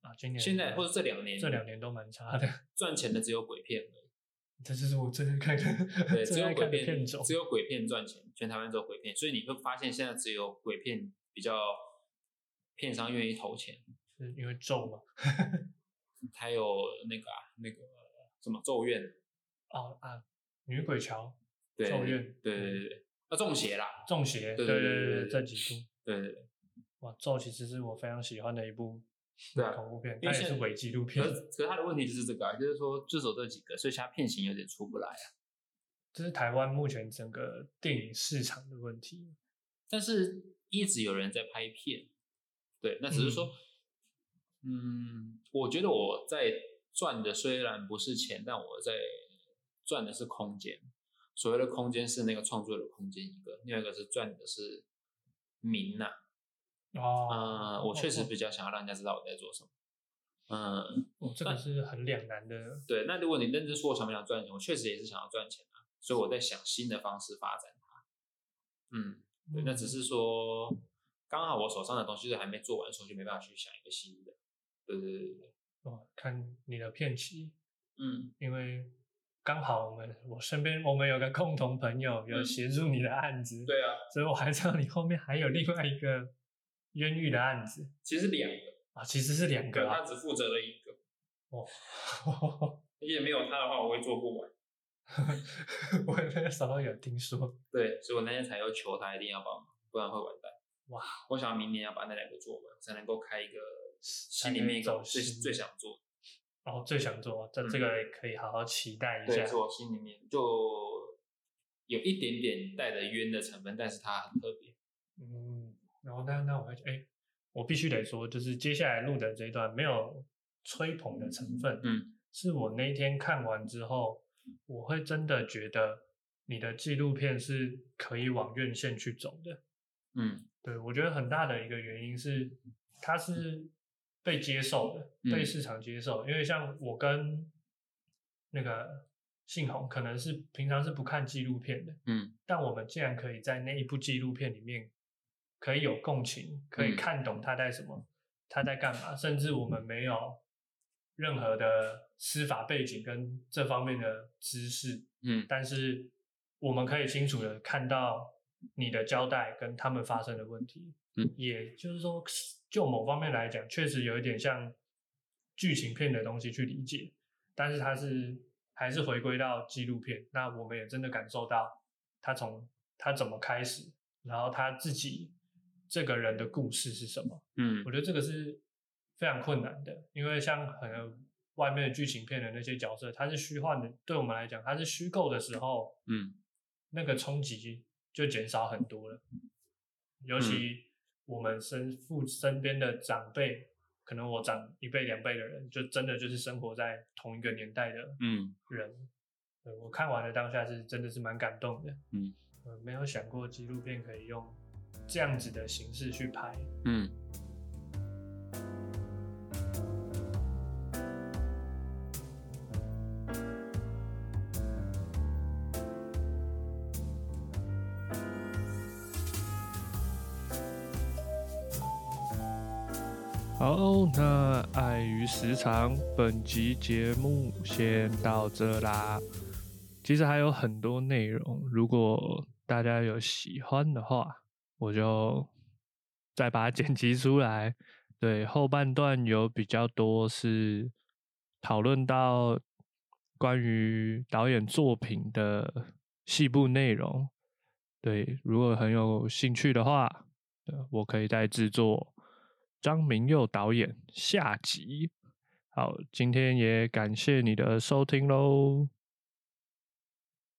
[SPEAKER 2] 啊，
[SPEAKER 1] 啊，今年
[SPEAKER 2] 现在或者嗯这两年
[SPEAKER 1] 这两年都蛮差的，
[SPEAKER 2] 赚钱的只有鬼片而已，
[SPEAKER 1] 这就是我最近看的，
[SPEAKER 2] 对，只
[SPEAKER 1] 最
[SPEAKER 2] 有
[SPEAKER 1] 爱
[SPEAKER 2] 鬼
[SPEAKER 1] 看的
[SPEAKER 2] 片
[SPEAKER 1] 片种。
[SPEAKER 2] 只有鬼片赚钱，全台湾只有鬼片，所以你会发现现在只有鬼片比较片商愿意投钱，
[SPEAKER 1] 是因为咒嘛？
[SPEAKER 2] 还有那个啊那个什么咒怨，
[SPEAKER 1] 哦啊，女鬼桥、
[SPEAKER 2] 对，
[SPEAKER 1] 咒怨
[SPEAKER 2] 对对对对，啊中邪啦，
[SPEAKER 1] 中邪，对
[SPEAKER 2] 对对对对对
[SPEAKER 1] 这几部。
[SPEAKER 2] 对对对，
[SPEAKER 1] 哇，咒其实是我非常喜欢的一部
[SPEAKER 2] 对啊
[SPEAKER 1] 恐怖片，
[SPEAKER 2] 因
[SPEAKER 1] 它
[SPEAKER 2] 为
[SPEAKER 1] 也
[SPEAKER 2] 现呃
[SPEAKER 1] 是伪纪录片
[SPEAKER 2] 可，是可是他的问题就是这个啊，就是说就走这几个，所以其他片型有点出不来。
[SPEAKER 1] 这是台湾目前整个电影市场的问题。
[SPEAKER 2] 但是一直有人在拍片，对，那只是说，嗯我觉得我在赚的虽然不是钱，但我在赚的是空间。所谓的空间是那个创作的空间一个，另外一个是赚的是名呐、
[SPEAKER 1] 哦，
[SPEAKER 2] 呃，我确实比较想要让人家知道我在做什么。嗯，
[SPEAKER 1] 哦这个是很两难的。
[SPEAKER 2] 对。那如果你认真说我想不想赚钱，我确实也是想要赚钱啊，所以我在想新的方式发展它。嗯，对，那只是说刚好我手上的东西都还没做完，所以就没办法去想一个新的。对对对对对，
[SPEAKER 1] 哦，看你的片期，
[SPEAKER 2] 嗯，
[SPEAKER 1] 因为刚好我们我身边我们有个共同朋友有
[SPEAKER 2] 嗯
[SPEAKER 1] 协助你的案子，
[SPEAKER 2] 对啊，
[SPEAKER 1] 所以我还知道你后面还有另外一个冤狱的案子
[SPEAKER 2] 其实两个，
[SPEAKER 1] 啊，其实是两
[SPEAKER 2] 对，
[SPEAKER 1] 个
[SPEAKER 2] 他
[SPEAKER 1] 啊。
[SPEAKER 2] 只负责了一个，
[SPEAKER 1] 我
[SPEAKER 2] 而且没有他的话，我会做不完。
[SPEAKER 1] 那个时候有听说，
[SPEAKER 2] 对，所以我那天才要求他一定要帮忙，不然会完蛋。
[SPEAKER 1] 哇！
[SPEAKER 2] 我想明年要把那两个做完，才能够开一个心里面一个我最
[SPEAKER 1] 才能走心
[SPEAKER 2] 最想做的。
[SPEAKER 1] 然后最想做，这
[SPEAKER 2] 嗯
[SPEAKER 1] 这个也可以好好期待一下
[SPEAKER 2] 对，。是我心里面就有一点点带着冤的成分，但是它很特别。
[SPEAKER 1] 嗯，然后那那我会觉得哎，我必须得说，就是接下来录的这一段没有吹捧的成分，
[SPEAKER 2] 嗯，
[SPEAKER 1] 是我那一天看完之后，我会真的觉得你的纪录片是可以往院线去走的。
[SPEAKER 2] 嗯
[SPEAKER 1] 对，我觉得很大的一个原因是，它是被接受的，
[SPEAKER 2] 嗯
[SPEAKER 1] 被市场接受。因为像我跟那个信宏，可能是平常是不看纪录片的，
[SPEAKER 2] 嗯
[SPEAKER 1] 但我们竟然可以在那一部纪录片里面，可以有共情，可以
[SPEAKER 2] 嗯
[SPEAKER 1] 看懂他在什么，他在干嘛，甚至我们没有任何的司法背景跟这方面的知识，
[SPEAKER 2] 嗯
[SPEAKER 1] 但是我们可以清楚的看到你的交代跟他们发生的问题。
[SPEAKER 2] 嗯，
[SPEAKER 1] 也就是说，就某方面来讲，确实有一点像剧情片的东西去理解，但是它是还是回归到纪录片。那我们也真的感受到他从他怎么开始，然后他自己这个人的故事是什么。
[SPEAKER 2] 嗯
[SPEAKER 1] 我觉得这个是非常困难的，因为像很多外面的剧情片的那些角色，它是虚幻的，对我们来讲，它是虚构的时候，
[SPEAKER 2] 嗯。
[SPEAKER 1] 那个冲击就减少很多了。尤其我们身父身边的长辈，可能我长一辈两辈的人，就真的就是生活在同一个年代的
[SPEAKER 2] 嗯
[SPEAKER 1] 人。对我看完了当下是真的是蛮感动的，
[SPEAKER 2] 嗯
[SPEAKER 1] 呃，没有想过纪录片可以用这样子的形式去拍，
[SPEAKER 2] 嗯，
[SPEAKER 1] 好哦，那碍于时长，本集节目先到这啦。其实还有很多内容，如果大家有喜欢的话，我就再把它剪辑出来。对，后半段有比较多是讨论到关于导演作品的细部内容。对，如果很有兴趣的话，对呃我可以再制作张明佑导演下集。好，今天也感谢你的收听喽。